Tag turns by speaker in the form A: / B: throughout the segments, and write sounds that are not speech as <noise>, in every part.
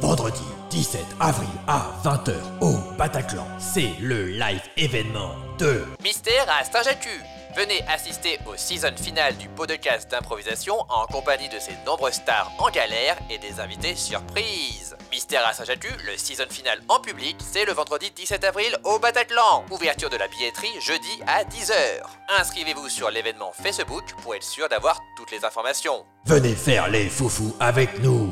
A: Vendredi 17 avril à 20h au Bataclan, c'est le live événement de
B: Mystère à Stingatu. Venez assister au season final du podcast d'improvisation en compagnie de ses nombreuses stars en galère et des invités surprises. Mystère à Stingatu, le season final en public, c'est le vendredi 17 avril au Bataclan. Ouverture de la billetterie jeudi à 10h. Inscrivez-vous sur l'événement Facebook pour être sûr d'avoir toutes les informations.
A: Venez faire les foufous avec nous.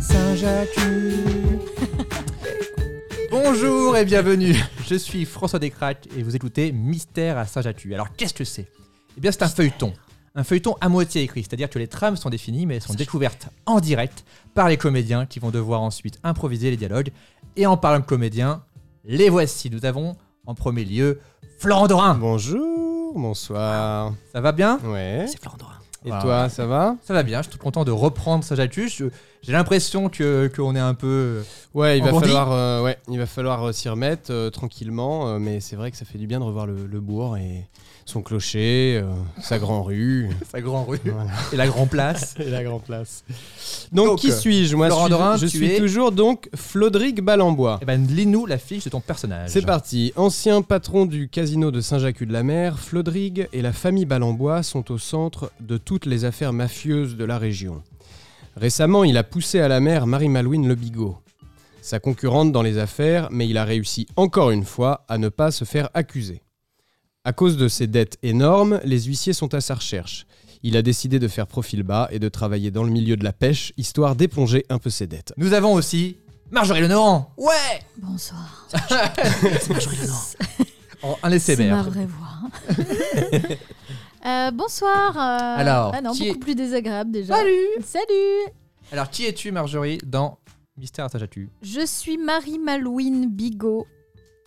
C: Saint-Jacques. Bonjour et bienvenue. Je suis François Descraques et vous écoutez Mystère à Saint-Jatu. Alors qu'est-ce que c'est Eh bien, c'est un feuilleton. Un feuilleton à moitié écrit, c'est-à-dire que les trames sont définies mais elles sont découvertes en direct par les comédiens qui vont devoir ensuite improviser les dialogues. Et en parlant de comédiens, les voici. Nous avons en premier lieu Flandorin.
D: Bonjour, bonsoir.
C: Ça va bien
D: Ouais.
E: C'est Flandrin.
D: Et
C: Wow.
D: toi, ça va
C: Ça va bien, je suis tout content de reprendre Saint-Jatu. Je- J'ai l'impression que qu'on est un peu...
D: Ouais, il
C: On
D: va
C: bondit
D: falloir, euh, ouais, il va falloir euh, s'y remettre euh, tranquillement, euh, mais c'est vrai que ça fait du bien de revoir le, le bourg et son clocher, euh, sa grande rue.
C: Sa grand rue
D: Voilà.
C: et la grand place.
D: Et la grande place. Donc,
C: Donc,
D: qui
C: euh,
D: suis-je Moi, je
C: Laurent
D: suis,
C: Dorin,
D: je
C: tu
D: suis
C: es-
D: toujours donc Flodric Balambois.
C: Eh ben, lis-nous la fiche de ton personnage.
D: C'est parti. Ancien patron du casino de Saint-Jacques-de-la-Mer, Flodrigue et la famille Balambois sont au centre de toutes les affaires mafieuses de la région. Récemment, il a poussé à la mer Marie-Malouine Le Bigot, sa concurrente dans les affaires, mais il a réussi encore une fois à ne pas se faire accuser. À cause de ses dettes énormes, les huissiers sont à sa recherche. Il a décidé de faire profil bas et de travailler dans le milieu de la pêche, histoire d'éponger un peu ses dettes.
C: Nous avons aussi Marjorie Lenoran. Ouais
E: Bonsoir.
D: <laughs>
C: En Oh, un essai
E: C'est ma
C: mère.
E: vraie voix. <laughs> Euh, bonsoir. euh,
C: Alors,
E: ah non,
C: qui
E: beaucoup
C: est-
E: plus désagréable déjà. Salut. Salut.
C: Alors, qui es-tu, Marjorie, dans Mystère à Sajatu
E: Je suis Marie Malouine Bigot,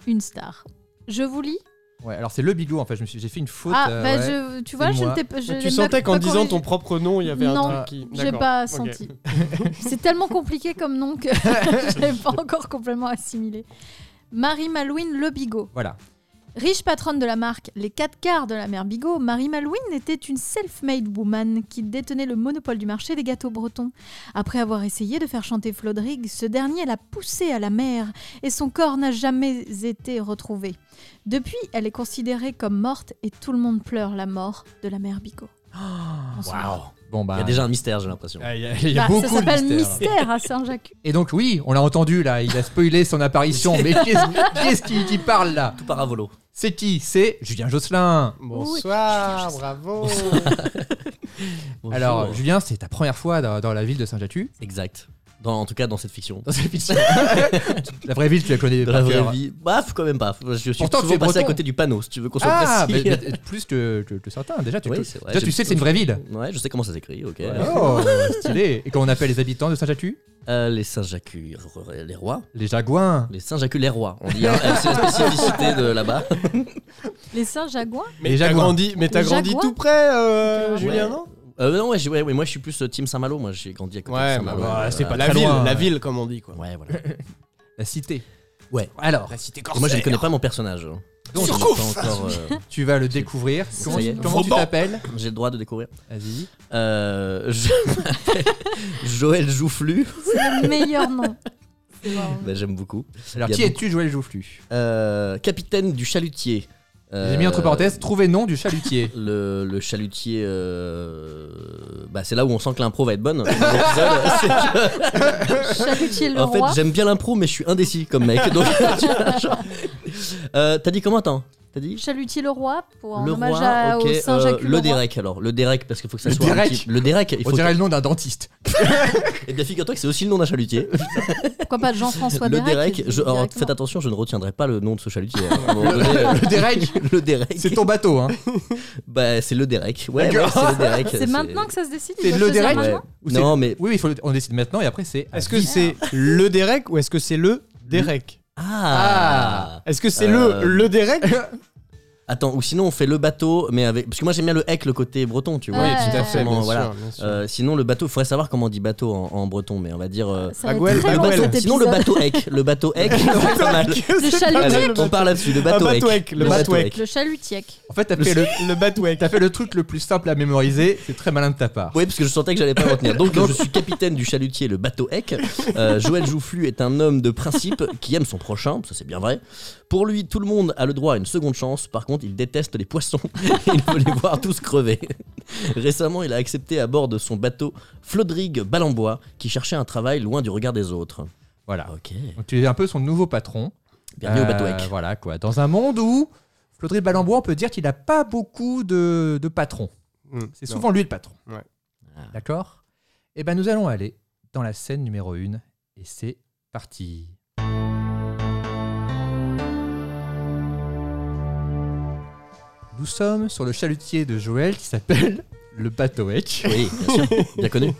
E: une star. Je vous lis.
C: Ouais, alors c'est le bigot en fait, je me suis- j'ai fait une faute.
E: ah,
C: euh,
E: bah
C: ouais.
E: je, tu vois,
C: c'est
E: je ne
C: moi.
E: t'ai pas. je n'ai
D: tu
E: même
D: sentais qu'en
E: pas
D: disant
E: corrigé.
D: ton propre nom, il y avait
E: Non,
D: un truc qui.
E: J'ai
D: D'accord,
E: pas
D: ok.
E: senti. <laughs> C'est tellement compliqué comme nom que <laughs> j'avais pas encore complètement assimilé. Marie Malouine Le Bigot.
C: Voilà.
E: Riche patronne de la marque Les 4 quarts de la mère Bigot, Marie Malouine était une self-made woman qui détenait le monopole du marché des gâteaux bretons. Après avoir essayé de faire chanter Flodrig, ce dernier l'a poussée à la mer et son corps n'a jamais été retrouvé. Depuis, elle est considérée comme morte et tout le monde pleure la mort de la mère <gasps> Bigot. Bonsoir.
C: Bon, bah.
F: Il y a déjà un mystère, j'ai l'impression.
C: Ah, Il y a, il y a
E: Bah,
C: beaucoup
E: ça s'appelle
C: de mystères.
E: Mystère à Saint-Jacques.
C: Et donc, oui, on l'a entendu là, il a spoilé son apparition. mais qu'est-ce qu'est-ce qui, qui parle là
F: Tout paravolo.
C: C'est qui C'est Julien Josselin.
D: Bonsoir, bravo.
F: Bonjour.
C: Alors, Julien, c'est ta première fois dans, dans la ville de Saint-Jatu.
F: exact. Dans, en tout cas, dans cette fiction.
C: Dans cette
F: <laughs>
C: fiction. la vraie ville, tu la connais
F: Dans la
C: par
F: vraie
C: cœur.
F: vie. Bah, faut quand même pas. Je suis
C: Pourtant, tu es
F: souvent passé à
C: breton.
F: côté du panneau, si tu veux qu'on soit
C: Ah,
F: précis.
C: mais- mais plus que, que- que certains. Déjà, tu,
F: Oui,
C: tu-
F: c'est vrai.
C: déjà, tu
F: J'ai-
C: sais que c'est une vraie ville.
F: <laughs> Ouais, je sais comment ça s'écrit, ok.
C: Oh, stylé. Et quand on appelle les habitants de Saint-Jatu
F: Euh, les Saint-Jacques, les rois.
C: Les Jaguins.
F: Les Saint-Jacques, les rois. On dit, hein. Euh, c'est la spécificité de là-bas.
E: Les Saint-Jaguins
C: Les
D: Mais t'as
C: Jaguars.
D: grandi, mais t'as
E: Les
D: grandi
E: Jaguars
D: tout près, euh,
E: Ouais.
D: Julien, non
F: Euh, non, ouais, j'ai- ouais, ouais, moi je suis plus euh, Team Saint-Malo. Moi j'ai grandi à côté
D: Ouais,
F: de Saint-Malo.
D: bah,
C: ouais, c'est pas
D: La
C: très
D: ville,
C: loin.
D: la ville, comme on dit, quoi.
F: Ouais, voilà.
C: La cité.
F: Ouais.
C: Alors,
D: cité
F: Et moi je ne connais pas mon personnage. hein.
C: donc,
F: Je n'ai pas encore, euh,
C: tu vas le découvrir.
F: Ça
C: Comment,
F: y est.
C: comment tu
D: Vauban.
C: t'appelles
F: j'ai le droit de découvrir.
C: Vas-y.
F: Euh, je <laughs> m'appelle Joël Joufflu.
E: C'est le meilleur nom. <laughs> C'est marrant.
F: Bah, J'aime beaucoup.
C: Alors,
F: Il y a
C: qui es-tu, Joël Joufflu
F: Euh, capitaine du chalutier. Euh,
C: J'ai mis entre parenthèses, trouver nom du chalutier.
F: Le, le chalutier, euh, bah, c'est là où on sent que l'impro va être bonne. <laughs> Dans l'épisode, c'est que-
E: Chalutier le
F: en fait,
E: roi.
F: j'aime bien l'impro, mais je suis indécis comme mec. Donc, <laughs> tu vois, genre- Euh, T'as dit comment Attends, t'as dit
E: Chalutier le roi pour en
F: Le
E: hommage
F: roi,
E: à,
F: ok,
E: au Saint-Jacques.
F: euh, le
E: roi.
F: Derek alors, le Derek parce qu'il faut que ça
C: Le
F: soit un
C: Derek.
F: petit- le Derek. Il
C: On
F: faut
C: dirait le nom d'un dentiste.
F: Et bien figure-toi que c'est aussi le nom d'un chalutier.
E: Pourquoi pas Jean-François
F: <laughs> le
E: Derek
F: Derek.
E: il-
F: je- oh, alors,
E: directement.
F: faites attention, je ne retiendrai pas le nom de ce chalutier. hein.
C: <laughs>
F: À un moment donné, euh,
C: Le Derek,
F: <laughs> le Derek.
C: c'est ton bateau. Hein.
F: Bah, c'est le Derek. Ouais, ouais,
C: D'accord.
F: c'est le Derek.
E: C'est maintenant que ça se décide. il
C: C'est
E: doit
C: le
E: choisir
C: Derek
E: maintenant
C: Ou c'est-
F: Non, mais.
C: Oui, oui, il faut le- on décide maintenant et après c'est. Ah.
D: Est-ce que c'est le Derek ou est-ce que c'est le Derek
F: Ah
D: Est-ce que c'est
F: Euh,
D: le le Derek
F: Attends, ou sinon on fait le bateau, mais avec. Parce que moi j'aime bien le hec, le côté breton, tu vois.
E: Oui, tout à
D: fait,
F: Comment-
D: bien
F: voilà.
D: sûr, bien sûr.
F: Euh, sinon le bateau, faudrait savoir comment on dit bateau en, en breton, mais on va dire. euh,
E: Ça va
D: Bagwell,
E: être très long
D: Bagwell.
E: cet
F: sinon le
E: épisode.
F: bateau hec, le bateau
D: <laughs>
F: hec, c'est pas mal.
E: Le
F: Allez,
E: chalutier.
F: on parle là-dessus, le bateau
D: Un bateau hec,
F: hec.
D: le bateau hec.
E: Le chalutier.
C: <laughs> En fait, t'as fait le, t'as fait le truc le plus simple à mémoriser, c'est très malin de ta part.
F: Oui, parce que je sentais que j'allais pas retenir. Donc, je suis capitaine du chalutier, le bateau Eck. Euh, Joël Joufflu est un homme de principe qui aime son prochain, ça c'est bien vrai. Pour lui, tout le monde a le droit à une seconde chance. Par contre, il déteste les poissons. <laughs> il veut les voir tous crever. Récemment, il a accepté à bord de son bateau Flodrig Balambois, qui cherchait un travail loin du regard des autres. Ah,
C: Voilà.
F: Ok.
C: Donc, tu es un peu son nouveau patron.
F: Bienvenue au bateau
C: Euh,
F: Eck.
C: Voilà quoi. Dans un monde où Flodry Balambois, on peut dire qu'il n'a pas beaucoup de, de patrons.
D: Hmm,
C: C'est
D: non.
C: souvent lui le patron.
D: Ouais.
F: Ah.
C: D'accord Eh ben nous allons aller dans la scène numéro 1 et c'est parti. Nous sommes sur le chalutier de Joël qui s'appelle le Batoec
F: Oui, bien sûr. Bien connu.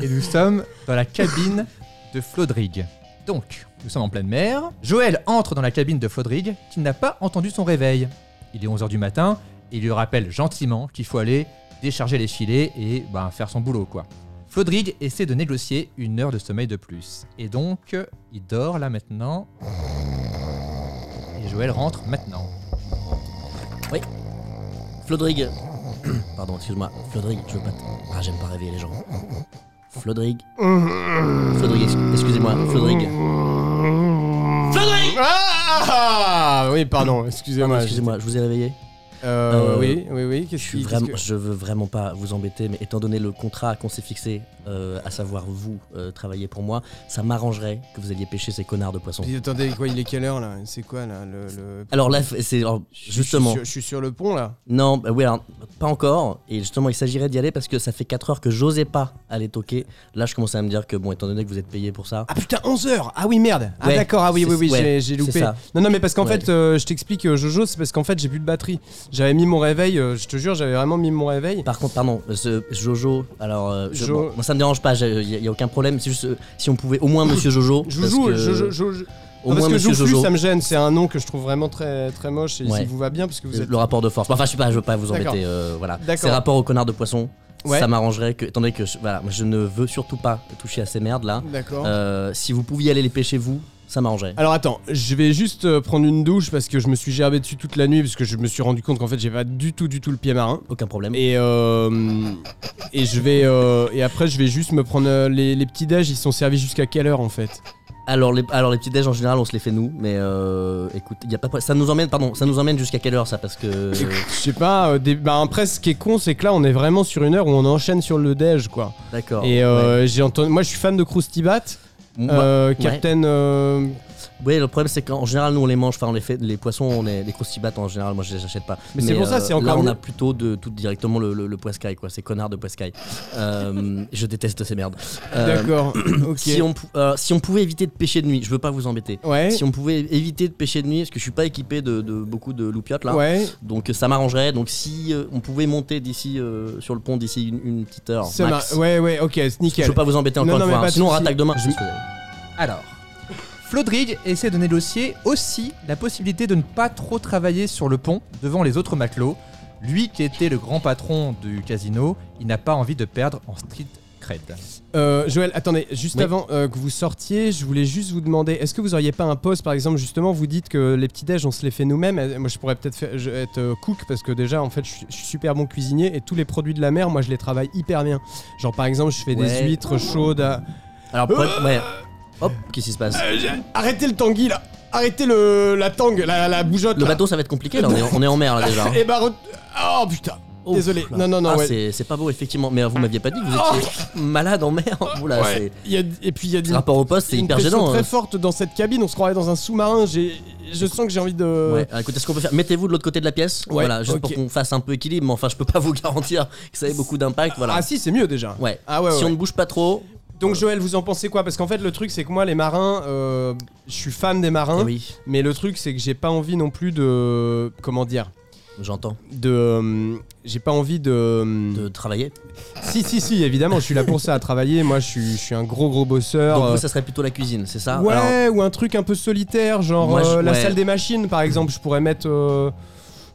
C: et nous sommes dans la cabine de Flodrig. Donc, nous sommes en pleine mer. Joël entre dans la cabine de Flodrig qui n'a pas entendu son réveil. Il est 11h du matin et il lui rappelle gentiment qu'il faut aller décharger les filets et ben, faire son boulot quoi. Flodrig essaie de négocier une heure de sommeil de plus. Et donc, il dort là maintenant. Et Joël rentre maintenant.
F: Flodrig. <coughs> Pardon, excuse-moi. Flodrig, je veux pas. te- Ah, j'aime pas réveiller les gens. Flodrig. Flodrig, excu- excusez-moi. Flodrig.
D: Ah oui, pardon, excusez-moi.
F: Excusez-moi, je vous ai réveillé.
D: Euh,
F: Euh,
D: oui, oui, oui.
F: Je,
D: Qu'est-ce
F: suis
D: qui-
F: vraiment,
D: qu'est-ce que-
F: je veux vraiment pas vous embêter, mais étant donné le contrat qu'on s'est fixé, euh, à savoir vous euh, travailler pour moi, ça m'arrangerait que vous alliez pêcher ces connards de poissons.
D: Puis, attendez, quoi, il est quelle heure là C'est quoi là le, le-
F: Alors là, c'est alors,
D: Je suis
F: justement.
D: sur- Je suis sur le pont là.
F: Non, bah oui, alors, pas encore. Et justement, il s'agirait d'y aller parce que ça fait 4 heures que j'osais pas aller toquer. Là, je commençais à me dire que, bon, étant donné que vous êtes payé pour ça.
D: Ah putain, 11h Ah oui, merde Ah
F: Ouais,
D: d'accord, ah oui,
F: c'est-
D: oui, oui,
F: ouais,
D: j'ai- j'ai
F: c'est
D: loupé.
F: ça.
D: Non, non, mais parce qu'en
F: Ouais.
D: fait, euh, je t'explique, euh, Jojo, c'est parce qu'en fait, j'ai plus de batterie. J'avais mis mon réveil, euh, je te jure, j'avais vraiment mis mon réveil.
F: Par contre, pardon, euh, ce Jojo, alors euh, je-
D: Jo-
F: bon, moi, ça me dérange pas, il y, a- y a aucun problème. C'est juste euh, si on pouvait au moins Monsieur Jojo, parce
D: Joujou,
F: que-
D: Jojo, Jojo.
F: au
D: Non,
F: moins
D: parce que
F: Monsieur
D: Jouflu,
F: Jojo,
D: ça me gêne, c'est un nom que je trouve vraiment très, très moche et
F: Ouais.
D: ça vous va bien parce que vous
F: le-
D: êtes.
F: le rapport de force. Enfin, je sais pas, je veux pas vous
D: D'accord.
F: embêter, euh, voilà.
D: D'accord.
F: Ces rapports au connard de poisson,
D: Ouais.
F: ça m'arrangerait que, étant donné que je, voilà, moi, je ne veux surtout pas toucher à ces merdes là.
D: D'accord.
F: euh, si vous pouviez aller les pêcher vous, ça m'arrangerait.
D: Alors attends, je vais juste euh, prendre une douche parce que je me suis gerbé dessus toute la nuit parce que je me suis rendu compte qu'en fait j'ai pas du tout du tout le pied marin.
F: Aucun problème.
D: Et euh, et je vais euh, et après je vais juste me prendre euh, les, les petits déj ils sont servis jusqu'à quelle heure en fait
F: Alors les, alors les petits déj en général on se les fait nous, mais euh, écoute, y a pas de problème. ça nous emmène, pardon, ça nous emmène jusqu'à quelle heure ça Parce que
D: Je sais pas. euh, des- bah après ce qui est con c'est que là on est vraiment sur une heure où on enchaîne sur le déj quoi.
F: d'accord.
D: et euh, j'ai entendu, moi je suis fan de Krusty Bat,
F: ouais. Oh, Moi-
D: euh, Captain. euh,
F: Oui, le problème c'est qu'en général nous on les mange, enfin on les fait, les poissons, on les, les croustibats en général, moi je les achète pas. euh,
D: Mais c'est pour ça, c'est encore
F: Là on
D: mieux.
F: a plutôt de tout directement le, le, le poiscaille quoi, ces connards de poiscaille. Euh, <laughs> je déteste ces merdes. Euh,
D: D'accord. ok.
F: Si on, pou- euh, si on pouvait éviter de pêcher de nuit, je veux pas vous embêter.
D: Ouais.
F: Si on pouvait éviter de pêcher de nuit, parce que je suis pas équipé de, de beaucoup de loupiottes là,
D: Ouais.
F: donc euh, ça m'arrangerait. Donc si euh, on pouvait monter d'ici euh, sur le pont d'ici une, une petite heure,
D: Ça
F: max.
D: m'a- Ouais ouais ok c'est
F: Je
D: nickel.
F: veux pas vous embêter encore
D: Non, non,
F: une
D: mais
F: fois, hein.
D: pas de
F: sinon on
D: soucis.
F: rattaque demain.
D: Je-
C: Alors, Flodrig essaie de négocier aussi la possibilité de ne pas trop travailler sur le pont devant les autres matelots. Lui qui était le grand patron du casino, il n'a pas envie de perdre en street cred.
D: Euh, Joël, attendez, juste
F: Oui.
D: avant euh, que vous sortiez, je voulais juste vous demander, est-ce que vous auriez pas un poste, par exemple, justement, vous dites que les petits déj, on se les fait nous-mêmes. euh, Moi, je pourrais peut-être faire- je- être euh, cook parce que déjà, en fait, je suis je suis super bon cuisinier et tous les produits de la mer, moi, je les travaille hyper bien. Genre, par exemple, je fais
F: Ouais.
D: des huîtres chaudes. à-
F: Alors pour
D: Euh.
F: être- ouais. Hop, qu'est-ce qui se passe
D: Arrêtez le tanguy là, arrêtez le la tangue, la, la bougeotte.
F: Le
D: là.
F: bateau, ça va être compliqué. Là, on est, on est en mer là déjà. hein.
D: <laughs> Eh bah, re- oh putain.
F: Oh,
D: Désolé.
F: là.
D: Non, non, non.
F: Ah,
D: ouais. Oh
F: c'est- C'est pas beau, effectivement. Mais vous m'aviez pas dit que vous étiez <laughs> malade en mer. Oula,
D: Ouais. Il y a- et puis il y a
F: c'est-
D: des
F: ce rapport au poste, c'est
D: une
F: hyper
D: pression
F: gênant.
D: très
F: hein.
D: forte dans cette cabine. On se croirait dans un sous-marin. J'ai, je sens que j'ai envie de.
F: Ouais. Ah, Écoutez, ce qu'on peut faire, mettez-vous de l'autre côté de la pièce.
D: euh. Ouais,
F: Voilà, juste pour
D: ok.
F: qu'on fasse un peu équilibre. Mais enfin, je peux pas vous <laughs> garantir que ça ait beaucoup d'impact. Voilà.
D: Ah si, c'est mieux déjà.
F: Ouais.
D: Ah ouais.
F: Si
D: ouais.
F: on ne bouge pas trop,
D: Donc Joël, vous en pensez quoi Parce qu'en fait, le truc, c'est que moi, les marins, euh, je suis fan des
F: eh
D: marins.
F: oui,
D: Mais le truc, c'est que j'ai pas envie non plus de, comment dire,
F: j'entends.
D: de, euh, j'ai pas envie de. euh,
F: De travailler.
D: Si si si, évidemment, je suis là pour ça, à travailler. Moi, je suis, je suis un gros gros bosseur.
F: Donc,
D: euh,
F: vous, ça serait plutôt la cuisine, c'est ça
D: ouais,
F: Alors,
D: ou un truc un peu solitaire, genre
F: Moi, je-
D: euh, la
F: ouais.
D: salle des machines, par exemple. Je pourrais mettre. euh,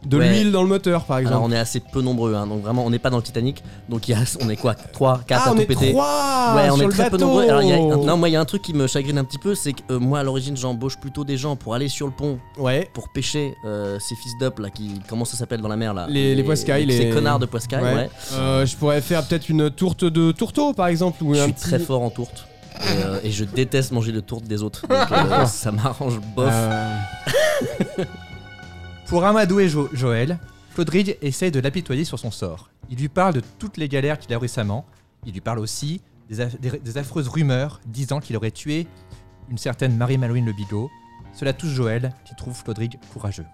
D: de
F: Ouais.
D: l'huile dans le moteur, par exemple.
F: Alors on est assez peu nombreux, hein, donc vraiment on n'est pas dans le Titanic, donc il y a- on est quoi 3, 4
D: ah,
F: à
D: on
F: tout
D: est
F: péter
D: trois
F: Ouais, on
D: Ah, sur
F: est
D: le
F: très
D: bateau.
F: peu nombreux. Alors, il y a- non, moi, il y a un truc qui me chagrine un petit peu, c'est que euh, moi, à l'origine, j'embauche plutôt des gens pour aller sur le pont,
D: Ouais.
F: pour pêcher euh, ces fils d'up là, qui comment ça s'appelle dans la mer là
D: Les- les poiscailles, les-
F: Ces connards de poiscailles, ouais.
D: Ouais. Euh, je pourrais faire peut-être une tourte de tourteau, par exemple, ou
F: Je
D: un
F: suis
D: petit-
F: très fort en tourte. Et, euh, et je déteste manger de tourte des autres.
D: <laughs>
F: Donc, euh, ça m'arrange bof.
D: Euh,
C: Pour Amadou et Jo- Joël, Claudride essaie de l'apitoyer sur son sort. Il lui parle de toutes les galères qu'il a eues récemment. Il lui parle aussi des, aff- des- des affreuses rumeurs disant qu'il aurait tué une certaine Marie-Malouine Le Bigot. Cela touche Joël, qui trouve Claudride courageux.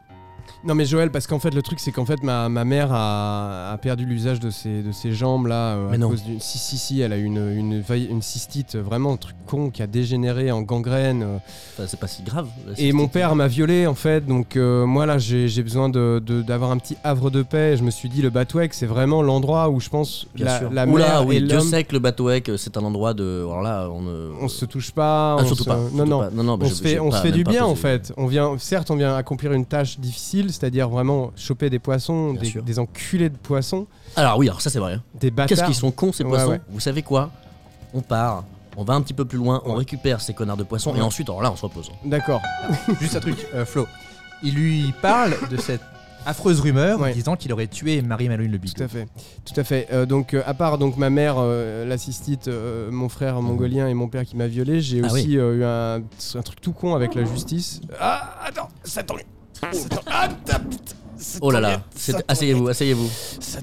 D: Non mais Joël, parce qu'en fait le truc c'est qu'en fait ma, ma mère a, a perdu l'usage de ses, de ses jambes là euh,
F: Mais
D: à
F: non.
D: cause d'une si si si elle a eu une une, vaille- une cystite euh, vraiment un truc con qui a dégénéré en gangrène euh.
F: Enfin, c'est pas si grave. la
D: et
F: cystite.
D: mon père m'a violé en fait donc euh, moi là j'ai j'ai besoin de de- d'avoir un petit havre de paix je me suis dit le Batweg c'est vraiment l'endroit où je pense
F: Bien
D: la,
F: sûr.
D: la
F: Oula,
D: mère et
F: oui, Dieu
D: l'homme
F: sait que le bateau Eck, c'est un endroit de. Alors là, on ne.
D: on se touche pas
F: Ah,
D: on
F: surtout
D: se-
F: pas.
D: non
F: surtout
D: non
F: pas. non, non, mais
D: on
F: Ah, bah, je-
D: se fait,
F: j'ai
D: on se
F: pas-
D: fait
F: même
D: du
F: pas
D: bien en
F: posé-
D: fait. On vient, certes, on vient accomplir une tâche difficile, c'est-à-dire vraiment choper des poissons,
F: Bien
D: des,
F: sûr.
D: des enculés de poissons,
F: Alors oui, alors ça c'est vrai.
D: des bâtards.
F: Qu'est-ce qu'ils sont cons ces
D: Ouais,
F: poissons
D: ouais.
F: Vous savez quoi On part, on va un petit peu plus loin, on récupère ces connards de poissons et
D: Ouais.
F: ensuite, alors là, on se repose.
D: D'accord.
C: Juste un truc, euh, Flo. Il lui parle de cette affreuse rumeur
D: Ouais.
C: disant qu'il aurait tué Marie-Malouine Le
D: Tout
C: Bigot.
D: à fait, tout à fait. Euh, donc euh, à part donc ma mère, euh, la cystite, euh, mon frère mongolien et mon père qui m'a violé, j'ai
F: Mhm. Ah
D: aussi euh, eu un, un truc tout con avec la justice. Ah attends, ça tombe. Ça tombe. Ah, ta- ça
F: Oh là
D: tombe.
F: là, c'est-
D: Ça tombe.
F: asseyez-vous, asseyez-vous.
D: Ça-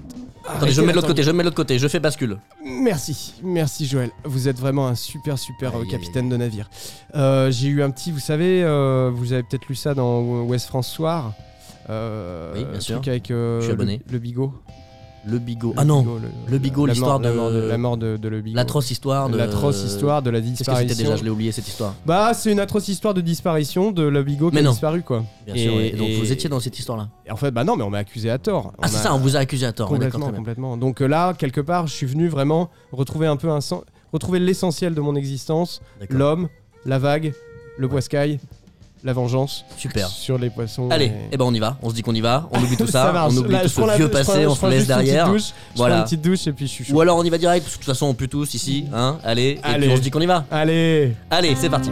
F: Attendez, je me mets de l'autre
D: Arrêtez,
F: côté, je me mets de l'autre côté, je fais bascule.
D: Merci, merci Joël. Vous êtes vraiment un super super euh,
F: Aïe, aïe,
D: capitaine de navire. Euh, J'ai eu un petit, vous savez, euh, vous avez peut-être lu ça dans West France Soir. Euh,
F: Oui, bien
D: un
F: sûr.
D: truc avec euh,
F: Je suis abonné.
D: Le, le bigot.
F: Le bigot.
D: Le
F: Ah non,
D: Bigot, le,
F: Le Bigot,
D: la
F: l'histoire
D: mort- la
F: de-
D: mort La mort de, de le bigot.
F: l'atroce histoire de.
D: L'atroce histoire de la
F: Qu'est-ce que c'était
D: disparition.
F: déjà Je l'ai oublié cette histoire.
D: bah, c'est une atroce histoire de disparition de le bigot qui
F: Mais
D: a
F: non.
D: disparu quoi.
F: Bien
D: Et-
F: sûr, ouais. Et donc
D: et-
F: vous étiez dans cette histoire-là.
D: Et en fait, bah non, mais on m'a accusé à tort.
F: Ah, c'est
D: m'a-
F: ça, on vous a accusé à tort. on est d'accord,
D: Complètement,
F: très bien.
D: complètement. Donc euh, là, quelque part, je suis venu vraiment retrouver un peu un sens, retrouver l'essentiel de mon existence,
F: D'accord.
D: l'homme, la vague, le poiscaille, la vengeance
F: Super.
D: sur les poissons.
F: Allez,
D: et-
F: eh ben on y va, on se dit qu'on y va, on
D: <laughs>
F: oublie tout ça,
D: marche.
F: on oublie
D: Là,
F: tout
D: je prends
F: ce
D: la-
F: vieux
D: je prends-
F: passé,
D: je
F: on se
D: prends
F: laisse
D: juste une petite
F: derrière.
D: douche, je prends
F: Voilà.
D: une petite douche et puis je suis chaud.
F: Ou alors on y va direct, parce que de toute façon on pue tous ici, hein, allez, et puis
D: Allez.
F: on se dit qu'on y va.
D: Allez
F: Allez,
C: Ah.
F: c'est parti.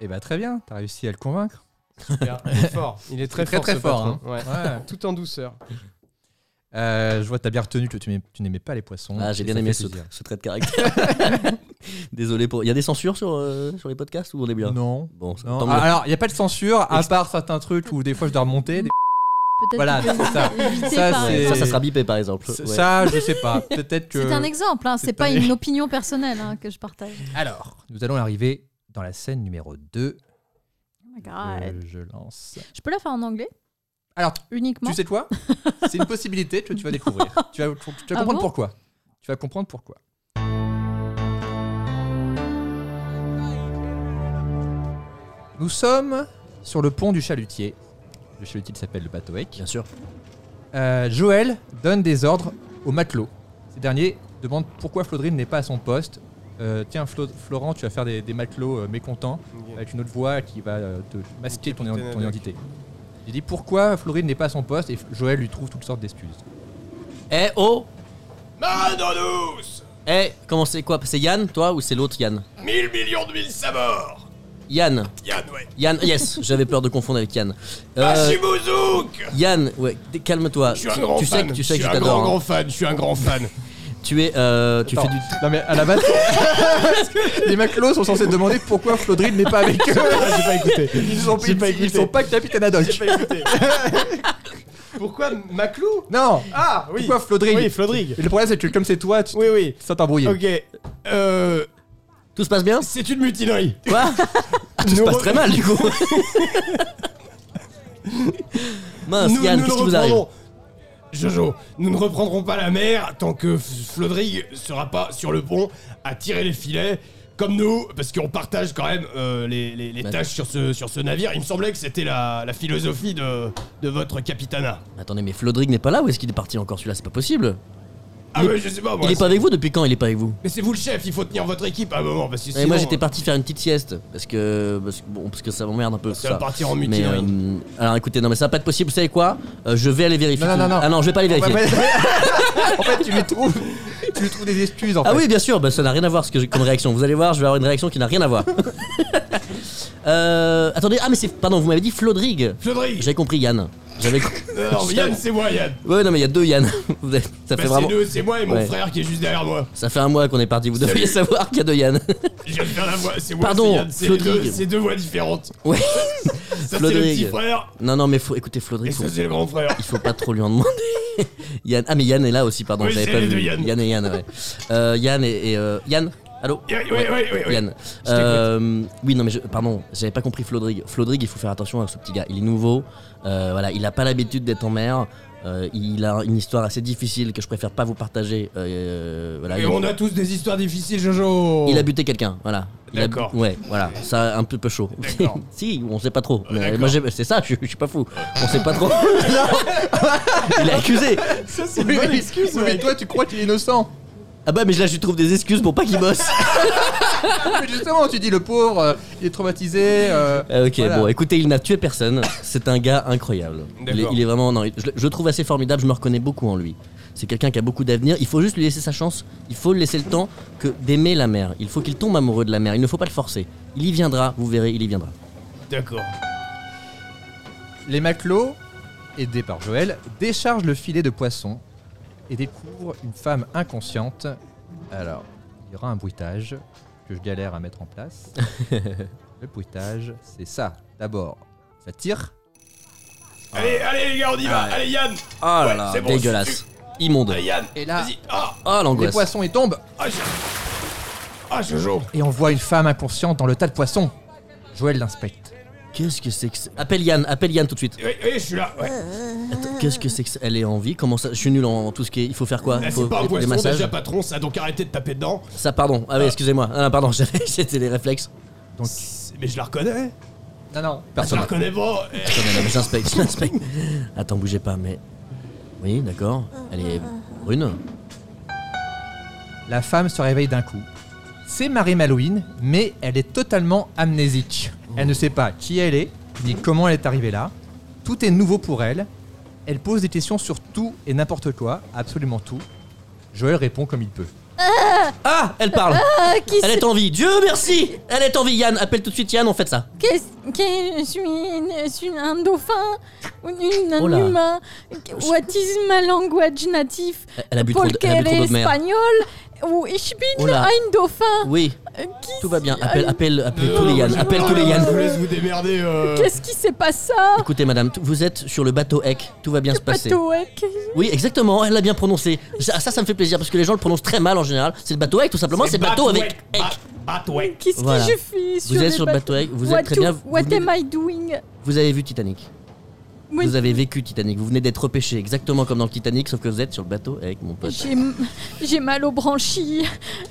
C: Et bah très bien, t'as réussi à le convaincre.
D: Il est fort. Il est très
C: Très,
D: fort.
C: très
D: ce
C: fort,
F: hein.
D: patron. Ouais.
C: Ouais.
D: Tout en douceur.
C: Euh, je vois que t'as bien retenu que tu n'aimais- tu n'aimais pas les poissons.
F: Ah, j'ai
C: et
F: bien
C: ça
F: aimé
C: fait
F: ce,
C: plaisir.
F: ce trait de caractère. <laughs> Désolé pour. Il y a des censures sur, euh, sur les podcasts ou on est bien
C: Non.
F: Bon, ça-
C: Non.
F: tant mieux.
C: Ah, Alors, il n'y a pas de censure, à
F: Ex-
C: part certains trucs où des fois je dois remonter. des-
E: Peut-être
C: Voilà,
E: qu'on peut
C: c'est ça.
E: éviter
C: Ça,
E: par-
C: Ah, c'est-
F: ça, ça sera bipé par exemple.
C: C-
F: Ouais.
C: Ça, je sais
F: <laughs>
C: pas. Peut-être que.
E: C'est un exemple, hein, c'est
C: C'est
E: pas
C: un- <laughs>
E: une opinion personnelle hein, que je partage.
C: Alors, nous allons arriver dans la scène numéro 2.
E: Oh my God.
C: je lance.
E: Je peux la faire en anglais
C: Alors,
E: uniquement.
C: tu sais quoi C'est une possibilité que tu vas découvrir. tu vas, tu vas
E: Ah
C: comprendre
E: bon
C: pourquoi. Tu vas comprendre pourquoi. Nous sommes sur le pont du chalutier. Le chalutier il s'appelle le bateau
F: Bien sûr.
C: Euh, Joël donne des ordres aux matelots. Ces derniers demandent pourquoi Flodrine n'est pas à son poste. Euh, tiens, Flo- Florent, tu vas faire des, des matelots euh, mécontents avec une autre voix qui va euh, te masquer ton,
D: Capitaine
C: ton
D: avec.
C: identité. Il dit pourquoi Florine n'est pas à son poste et F- Joël lui trouve toutes sortes d'excuses.
F: Eh oh Eh, comment c'est quoi C'est Yann, toi, ou c'est l'autre Yann
A: 1000 millions d'huiles sabords
F: Yann,
A: Yann, ouais.
F: Yann, yes, j'avais peur de confondre avec Yann. Euh,
A: Bachibouzouk
F: Yann, ouais, d- calme-toi.
A: Je suis un
F: Tu-
A: grand
F: tu sais
A: fan.
F: que tu sais
A: Je
F: que je
A: suis un grand,
F: t'adore. hein.
A: grand fan. Je suis un grand fan.
F: Tu es, euh, tu fais du.
C: Non mais à la base, <laughs> les matelots sont censés demander pourquoi Flodrine n'est pas <laughs> avec eux.
D: J'ai pas écouté.
C: Ils, ont,
D: J'ai pas
C: ils
D: écouté.
C: sont pas capitaine ad hoc.
D: Pourquoi Maclou
C: Non.
D: Ah oui
C: Pourquoi Flodrine
D: Oui, Flodrig.
C: Et Le problème c'est que comme c'est toi, tu
D: Oui, oui.
C: ça t'embrouille.
D: Ok. Euh,
F: Tout se passe bien
D: c'est une mutinerie.
F: Quoi Tout se
D: Nous
F: passe
D: re-
F: très mal du coup. Mince,
D: Nous,
F: Yann,
D: nous ne
F: qu'est-ce qui vous arrive
D: reprendrons- Jojo, nous ne reprendrons pas la mer tant que F- Flodrig sera pas sur le pont à tirer les filets comme nous, parce qu'on partage quand même euh, les, les- les
F: Bah.
D: tâches sur ce, sur ce navire. Il me semblait que c'était la, la philosophie de, de votre capitana.
F: Attendez, mais Flodrig n'est pas là ou est-ce qu'il est parti encore celui-là C'est pas possible. Il est-
D: mais Ah je sais pas, moi,
F: Il est
D: c'est-
F: pas avec vous depuis quand il est pas avec vous
D: Mais c'est vous le chef, il faut tenir votre équipe à un moment. Parce que
F: Et moi
D: sinon,
F: j'étais parti faire une petite sieste parce que parce que, bon parce que ça m'emmerde un peu tout
D: Ça va
F: ça.
D: partir en
F: Mais
D: mutinerie.
F: euh, alors écoutez non mais ça va pas être possible vous savez quoi Euh, Je vais aller vérifier.
C: Non, non, non, non.
F: Ah non je vais pas aller
C: En
F: vérifier.
C: fait- en fait, tu lui trouves, tu lui trouves des excuses en
F: Ah
C: fait.
F: oui, bien sûr, bah, ça n'a rien à voir ce que j'ai comme réaction. Vous allez voir, je vais avoir une réaction qui n'a rien
D: <laughs>
F: à voir. Euh, attendez, ah mais c'est pardon, vous m'avez dit Flodrig.
D: Flodrig
F: J'avais compris Yann.
D: <laughs>
F: J'avais com-
D: Non, non, mais Yann, c'est moi, Yann
F: Ouais non mais il y a deux Yann. <laughs> Vous avez- Ça
D: Bah,
F: fait
D: c'est
F: vraiment
D: deux, c'est moi et mon
F: Ouais.
D: frère qui est juste derrière moi.
F: ça fait un mois qu'on est parti. Vous devriez savoir qu'il y a deux Yann.
D: <laughs> Je viens de faire la voix, c'est moi,
F: Pardon,
D: c'est Yann, c'est les
F: Flodrig.
D: deux, c'est deux voix différentes.
F: Ouais.
D: <laughs> Ça, c'est le
F: Flodrig.
D: petit frère,
F: Non non mais faut écoutez
D: et
F: Flodrig, faut-
D: ça, c'est le grand frère.
F: il faut pas trop lui en demander. Yann, ah mais Yann est là aussi pardon,
D: Oui,
F: j'avais
D: c'est
F: pas
D: les
F: vu.
D: deux Yann.
F: et Yann ouais. Euh, Yann et, et, euh, Yann. Allô.
D: Oui, oui, oui, oui, oui.
F: Yann. Euh, oui, non, mais je- pardon, j'avais pas compris Flodrig. Flodrig, il faut faire attention à ce petit gars. Il est nouveau, euh, voilà, il a pas l'habitude d'être en mer. euh, il a une histoire assez difficile que je préfère pas vous partager. euh, voilà,
D: Et
F: il,
D: on a tous des histoires difficiles, Jojo
F: il a buté quelqu'un, voilà. Il a-
D: D'accord.
F: ouais, voilà, ça un peu peu chaud. <laughs>
D: D'accord.
F: si, on sait pas trop. Mais
D: D'accord.
F: moi, j'ai- c'est ça, je, je suis pas fou. On sait pas trop. <laughs> il a accusé.
C: c'est une bonne excuse. mais toi, tu crois qu'il est innocent.
F: Ah bah, mais là, je lui trouve des excuses pour pas qu'il bosse.
C: Ah, Mais justement, tu dis le pauvre, euh, il est traumatisé. euh,
F: Euh, ok,
C: voilà.
F: bon, écoutez, il n'a tué personne. C'est un gars incroyable. Il est,
D: D'accord.
F: il est vraiment. Non, il- je, le- je le trouve assez formidable, je me reconnais beaucoup en lui. C'est quelqu'un qui a beaucoup d'avenir. Il faut juste lui laisser sa chance. Il faut lui laisser le temps que d'aimer la mer. Il faut qu'il tombe amoureux de la mer. Il ne faut pas le forcer. Il y viendra, vous verrez, il y viendra.
D: D'accord.
C: Les matelots, aidés par Joël, déchargent le filet de poisson et découvrent une femme inconsciente. Alors, il y aura un bruitage que je galère à mettre en place. le bruitage, c'est ça. D'abord, ça tire.
D: Allez, allez, les gars, on y va Allez, Yann
F: Ah
D: Ouais, c'est bon,
F: dégueulasse.
D: c'est
F: Immonde.
D: Allez, Yann
C: Et là,
D: Vas-y Ah
F: Ah,
C: les
F: l'angoisse.
C: poissons, ils tombent
D: Ah, je- ah, Jojo
C: et on voit une femme inconsciente dans le tas de poissons. Joël l'inspecte.
F: Qu'est-ce que c'est que ça Appelle Yann, appelle Yann tout de suite.
D: Oui, oui, je suis là ouais.
F: Attends, Qu'est-ce que c'est que ça Elle est en vie Comment ça Je suis nul en tout ce qui est. Il faut faire quoi
D: Ah,
F: Il faut
D: C'est pas un
F: les- les
D: poisson,
F: massages
D: déjà patron, ça, donc arrêtez de taper dedans.
F: Ça, pardon. Ah oui, excusez-moi. Ah non, pardon, <laughs> j'avais- c'était les réflexes.
D: C'est- Mais je la reconnais
C: Non, non,
D: Je
C: personne.
D: la reconnais pas Eh,
F: Attends, non, non, mais j'inspecte, <laughs> j'inspecte. Attends, bougez pas, mais. Oui, d'accord. Elle est brune.
C: La femme se réveille d'un coup. C'est Marie Malouine, mais elle est totalement amnésique. Elle ne sait pas qui elle est, ni comment elle est arrivée là. Tout est nouveau pour elle. Elle pose des questions sur tout et n'importe quoi, absolument tout. Joël répond comme il peut.
F: Ah, elle parle.
E: Ah, qui
F: Elle
E: c'est-
F: est en vie. Dieu merci. Elle est en vie. Yann, appelle tout de suite Yann. On fait ça.
E: Qu'est-ce que je suis une- je suis un dauphin ou une- un
F: Oh là.
E: humain What is my language native
F: Elle a bu trop
E: Paul
F: de- elle a bu trop
E: Kerr est
F: d'eau de mer.
E: espagnol ou ich bin
F: Oh là.
E: un dauphin
F: Oui,
E: Euh, qui-
F: tout va bien. Appelle, appelle, appelle
D: non,
F: tous les
D: non,
F: Yann.
D: je-
F: Appelle tous les
D: Euh, Je vous
F: Yann.
D: laisse vous démerder. euh.
E: Qu'est-ce qui s'est passé ça
F: Écoutez, madame, tout- vous êtes sur le bateau Eck. Tout va bien se passer.
E: Bateau, ouais, que-
F: Oui, exactement. Elle l'a bien prononcé. Ça, ça ça me fait plaisir parce que les gens le prononcent très mal en général. C'est le bateau Eck, tout simplement. C'est bateau avec Eck.
D: Bateau avec.
E: Qu'est-ce
F: Voilà.
E: que je fais sur
F: Vous êtes
E: des
F: sur le bateau
E: bateaux
F: Eck. Vous
E: What
F: êtes très
E: do-
F: bien. vous
E: What
F: venez-
E: am I doing
F: Vous avez vu Titanic.
E: Oui,
F: Vous avez vécu Titanic, vous venez d'être repêché exactement comme dans le Titanic, sauf que vous êtes sur le bateau avec mon pote.
E: J'ai j'ai mal aux branchies.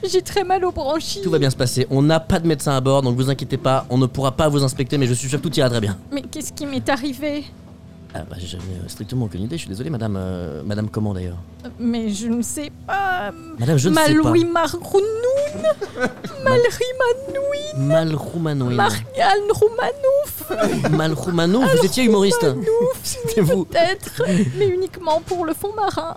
E: J'ai très mal aux branchies.
F: Tout va bien se passer, on n'a pas de médecin à bord, donc vous inquiétez pas, on ne pourra pas vous inspecter, mais je suis sûr que tout ira très bien.
E: Mais qu'est-ce qui m'est arrivé
F: Ah bah j'ai euh, strictement aucune idée, je suis désolé madame, euh, madame comment d'ailleurs
E: Mais je ne sais pas.
F: Madame je ne sais pas.
E: Maloui Margounoun
F: <laughs>
E: Malrimanoui
F: Mal Roumanoui.
E: Marianne Roumanouf
F: Mal Roumano, vous étiez humoriste. C'était vous.
E: peut-être, mais uniquement pour le fond marin.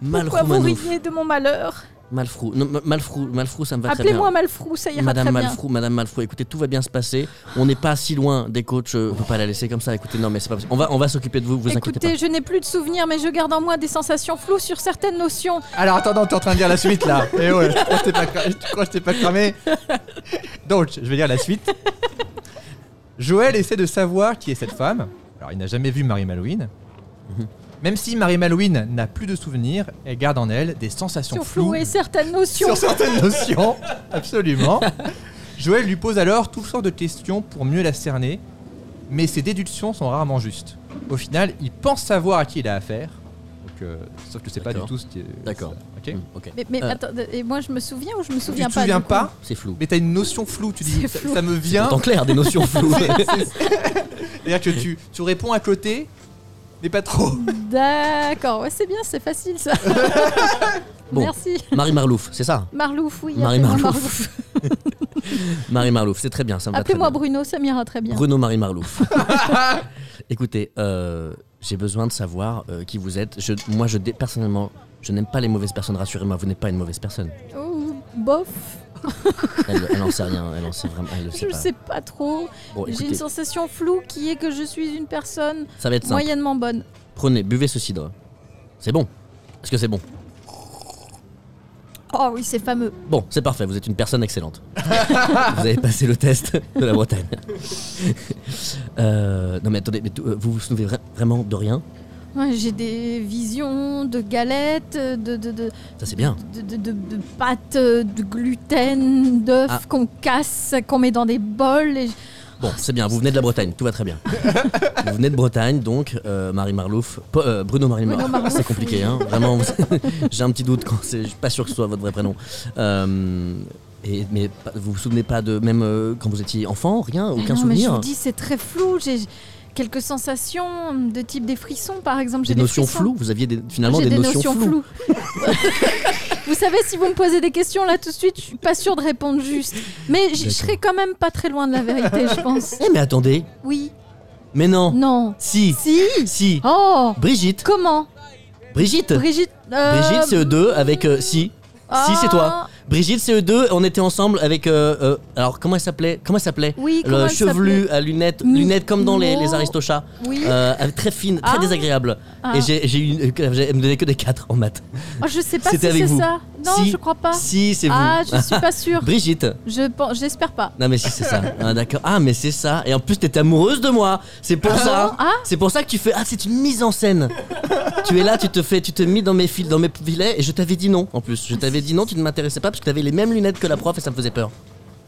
F: Mal
E: Pourquoi vous
F: Roumano.
E: riez de mon malheur
F: Malfrou. Non, ma- Malfrou, Malfrou, ça me va très bien.
E: Appelez-moi Malfrou, ça ira
F: Madame
E: très
F: Malfrou, Madame Malfrou, écoutez, tout va bien se passer. On n'est pas si loin des coachs. euh, On peut pas la laisser comme ça. Écoutez, non, mais c'est pas possible. On va, on va s'occuper de vous. Vous
E: bien.
F: inquiétez pas.
E: Écoutez, je n'ai plus de souvenirs, mais je garde en moi des sensations floues sur certaines notions.
C: Alors attends, tu t'es en train de dire la suite là. <laughs> Eh ouais, je crois que t'es pas, cra- je crois que je t'ai pas cramé. Donc, je vais lire la suite. Joël essaie de savoir qui est cette femme. Alors, il n'a jamais vu Marie Malouine. Même si Marie Malouine n'a plus de souvenirs, elle garde en elle des sensations
E: Sur
C: floues
E: flouer certaines notions.
C: sur certaines <laughs> notions. Absolument. Joël lui pose alors toutes sortes de questions pour mieux la cerner, mais ses déductions sont rarement justes. Au final, il pense savoir à qui il a affaire. Donc, euh, sauf que c'est pas du
F: D'accord.
C: tout ce qui est.
F: D'accord.
C: Ok.
F: Hmm, ok.
E: Mais, mais
F: Euh.
E: attends, et moi je me souviens ou je me
C: Tu
E: souviens
C: te
E: pas
C: souviens
E: du coup
C: pas,
F: C'est flou.
C: mais t'as une notion floue. Tu dis,
E: C'est
C: ça,
E: flou.
C: ça me vient.
E: <laughs>
F: En clair, des notions floues.
C: C'est-à-dire que tu, tu réponds à côté Mais pas trop.
E: <laughs> D'accord, ouais, c'est bien, c'est facile ça.
F: <laughs> Bon.
E: Merci.
F: Marie Marlouf, c'est ça
E: Marlouf, oui.
F: Marie
E: appelez-moi
F: Marlouf. Marie Marlouf, c'est très bien, ça me va très
E: Appelez-moi
F: bien.
E: Bruno, ça m'ira très bien.
F: Bruno
E: <laughs>
F: Marie Marlouf. <laughs> Écoutez, euh, j'ai besoin de savoir euh, qui vous êtes. Je, moi, je dé- personnellement, je n'aime pas les mauvaises personnes. Rassurez-moi, vous n'êtes pas une mauvaise personne.
E: Oh, bof,
F: Elle, elle en sait rien. Elle en sait vraiment. Elle le sait
E: je
F: pas.
E: sais pas trop.
F: Bon,
E: J'ai
F: écoutez,
E: une sensation floue qui est que je suis une personne
F: ça va être simple.
E: moyennement bonne.
F: Prenez, buvez ce cidre. C'est bon. Est-ce que c'est bon
E: Oh oui, c'est fameux.
F: Bon, c'est parfait. Vous êtes une personne
E: <laughs>
F: excellente. vous avez passé le test de la Bretagne. Euh, non mais attendez, mais tout- euh, vous vous souvenez vra- vraiment de rien
E: Ouais, J'ai des visions de galettes, de, de, de,
F: Ça c'est bien.
E: de, de- de- de pâtes, de gluten, d'œufs
F: Ah.
E: qu'on casse, qu'on met dans des bols. et-
F: Bon, c'est bien, vous venez de la Bretagne, tout va
E: <laughs>
F: très bien. vous venez de Bretagne, donc, euh, Marie Marlouf, Po- euh, Bruno Marie
E: Bruno
F: Marlouf,
E: Marlouf,
F: c'est compliqué,
E: oui.
F: hein, vraiment, vous- <laughs> j'ai un petit doute, quand c'est- je suis pas sûr que ce soit votre vrai prénom. Euh, et, mais pas- vous vous souvenez pas de, même euh, quand vous étiez enfant, rien,
E: Mais
F: aucun
E: non, mais je
F: souvenir
E: vous dis, c'est très flou. J'ai quelques sensations de type des frissons, par exemple. J'ai
F: Des notions
E: frissons.
F: floues, vous aviez des- finalement
E: J'ai
F: des, notions, floues.
E: <laughs> vous savez, si vous me posez des questions là tout de suite, je suis pas sûre de répondre juste. Mais j- je
F: D'accord.
E: serai quand même pas très loin de la vérité, je
F: <laughs>
E: pense.
F: Eh mais attendez,
E: Oui.
F: mais non,
E: Non.
F: si,
E: Si.
F: si,
E: Oh.
F: Brigitte,
E: Comment
F: Brigitte,
E: Brigitte. euh,
F: Brigitte CE2 avec euh, si. Si c'est toi.
E: ah,
F: Brigitte CE2, on était ensemble avec euh, euh, alors comment elle s'appelait Comment elle s'appelait
E: Oui. comment
F: le
E: elle
F: chevelu à lunettes,
E: Mi-
F: lunettes comme dans les,
E: Mo-
F: les aristochats,
E: s'appelait Oui.
F: euh, avec très fine, très
E: Ah.
F: désagréable.
E: Ah.
F: Et j'ai, j'ai eu, euh, j'ai- elle me donnait que des 4 en maths.
E: Oh, je sais pas si
F: c'était avec
E: c'est
F: vous.
E: ça. Non,
F: Si.
E: je crois pas.
F: Si, c'est
E: Ah,
F: vous.
E: je suis
F: <laughs>
E: pas sûre.
F: Brigitte.
E: Je pense, j'espère pas.
F: Non mais si
E: <laughs>
F: c'est ça. Ah, d'accord. Ah mais c'est ça. Et en plus t'étais amoureuse de moi. C'est pour ça.
E: Ah.
F: C'est pour ça que tu fais. Ah c'est une mise en scène. tu es là, tu te fais, tu te mis dans mes fils, dans mes filets. Et je t'avais dit non. En plus, je t'avais dit non. Tu ne m'intéressais pas parce que t'avais les mêmes lunettes que la prof et ça me faisait peur.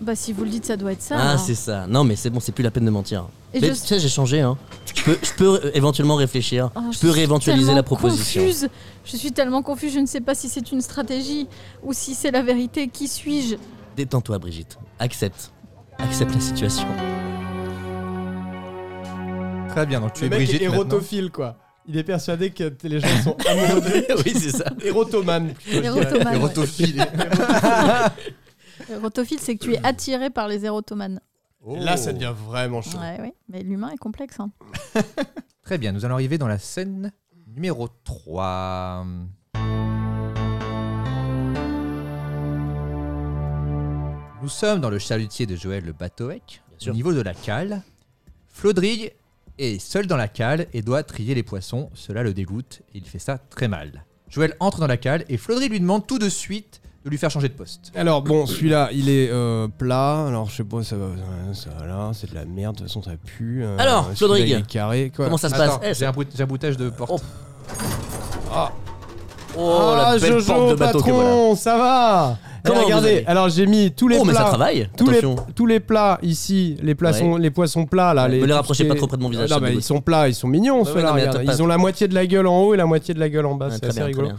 E: Bah si vous le dites, ça doit être ça.
F: Ah,
E: alors.
F: c'est ça. Non, mais c'est bon, c'est plus la peine de mentir.
E: Et
F: mais
E: je-
F: tu sais, j'ai changé. Hein. Je peux, je peux euh, éventuellement réfléchir.
E: Ah,
F: je peux
E: suis
F: rééventualiser
E: tellement
F: la proposition.
E: Confuse. Je suis tellement confuse, je ne sais pas si c'est une stratégie ou si c'est la vérité. Qui suis-je
F: Détends-toi, Brigitte. Accepte. Accepte la situation.
C: Très bien, donc tu
D: Le
C: es
D: mec
C: Brigitte.
D: est
C: maintenant.
D: érotophile, quoi. Il est persuadé que t- les gens <laughs> sont amoureux d'eux.
F: oui, c'est ça.
D: Érotomane. plutôt, je dirais.
E: Érotomane. ouais.
C: Érotophile.
E: Érotophile, Euh, c'est que tu
F: Euh.
E: es attiré par les érotomanes.
C: Oh.
D: Là, ça devient vraiment chaud.
E: Ouais, ouais. Mais l'humain est complexe. hein.
C: Très bien, nous allons arriver dans la scène numéro 3. Nous sommes dans le chalutier de Joël le Batoec, au
F: sûr.
C: niveau de la cale. Flodrig est seul dans la cale et doit trier les poissons. Cela le dégoûte et il fait ça très mal. Joël entre dans la cale et Flodrig lui demande tout de suite de lui faire changer de poste.
D: Alors bon, celui-là, il est euh, plat. Alors je sais pas, ça va, ça va là, c'est de la merde. De toute façon, ça pue. Euh,
F: Alors,
D: celui-là,
F: Flodrig.
D: il est carré. Quoi.
F: Comment ça se
C: Attends,
F: passe Eh,
C: j'ai
F: c'est-
C: un, bout- j'ai un boutage de porte.
F: oh. Oh,
D: ah,
F: la belle
D: Jojo,
F: porte de bateau
D: patron,
F: que voilà.
D: ça va. Eh,
F: Comment vous
D: Regardez.
F: allez
D: Alors j'ai mis tous les
F: Oh, mais ça
D: plats.
F: travaille.
D: tous les,
F: Attention.
D: tous les plats ici, les, plats
F: Ouais.
D: sont- les poissons plats là.
F: Ne les
D: tout ce
F: rapprochez
D: qui
F: pas
D: est- Ah,
F: trop près de mon visage,
D: Non,
F: ça me
D: mais ils
F: dégoûte.
D: sont plats, ils sont mignons
F: ouais,
D: ceux-là.
F: non, mais
D: regarde.
F: attends,
D: Ils
F: pas-
D: ont la moitié de la gueule en haut et la moitié de la gueule en bas.
F: Ah,
D: c'est
F: très
D: assez
F: bien, très
D: rigolo.
F: bien.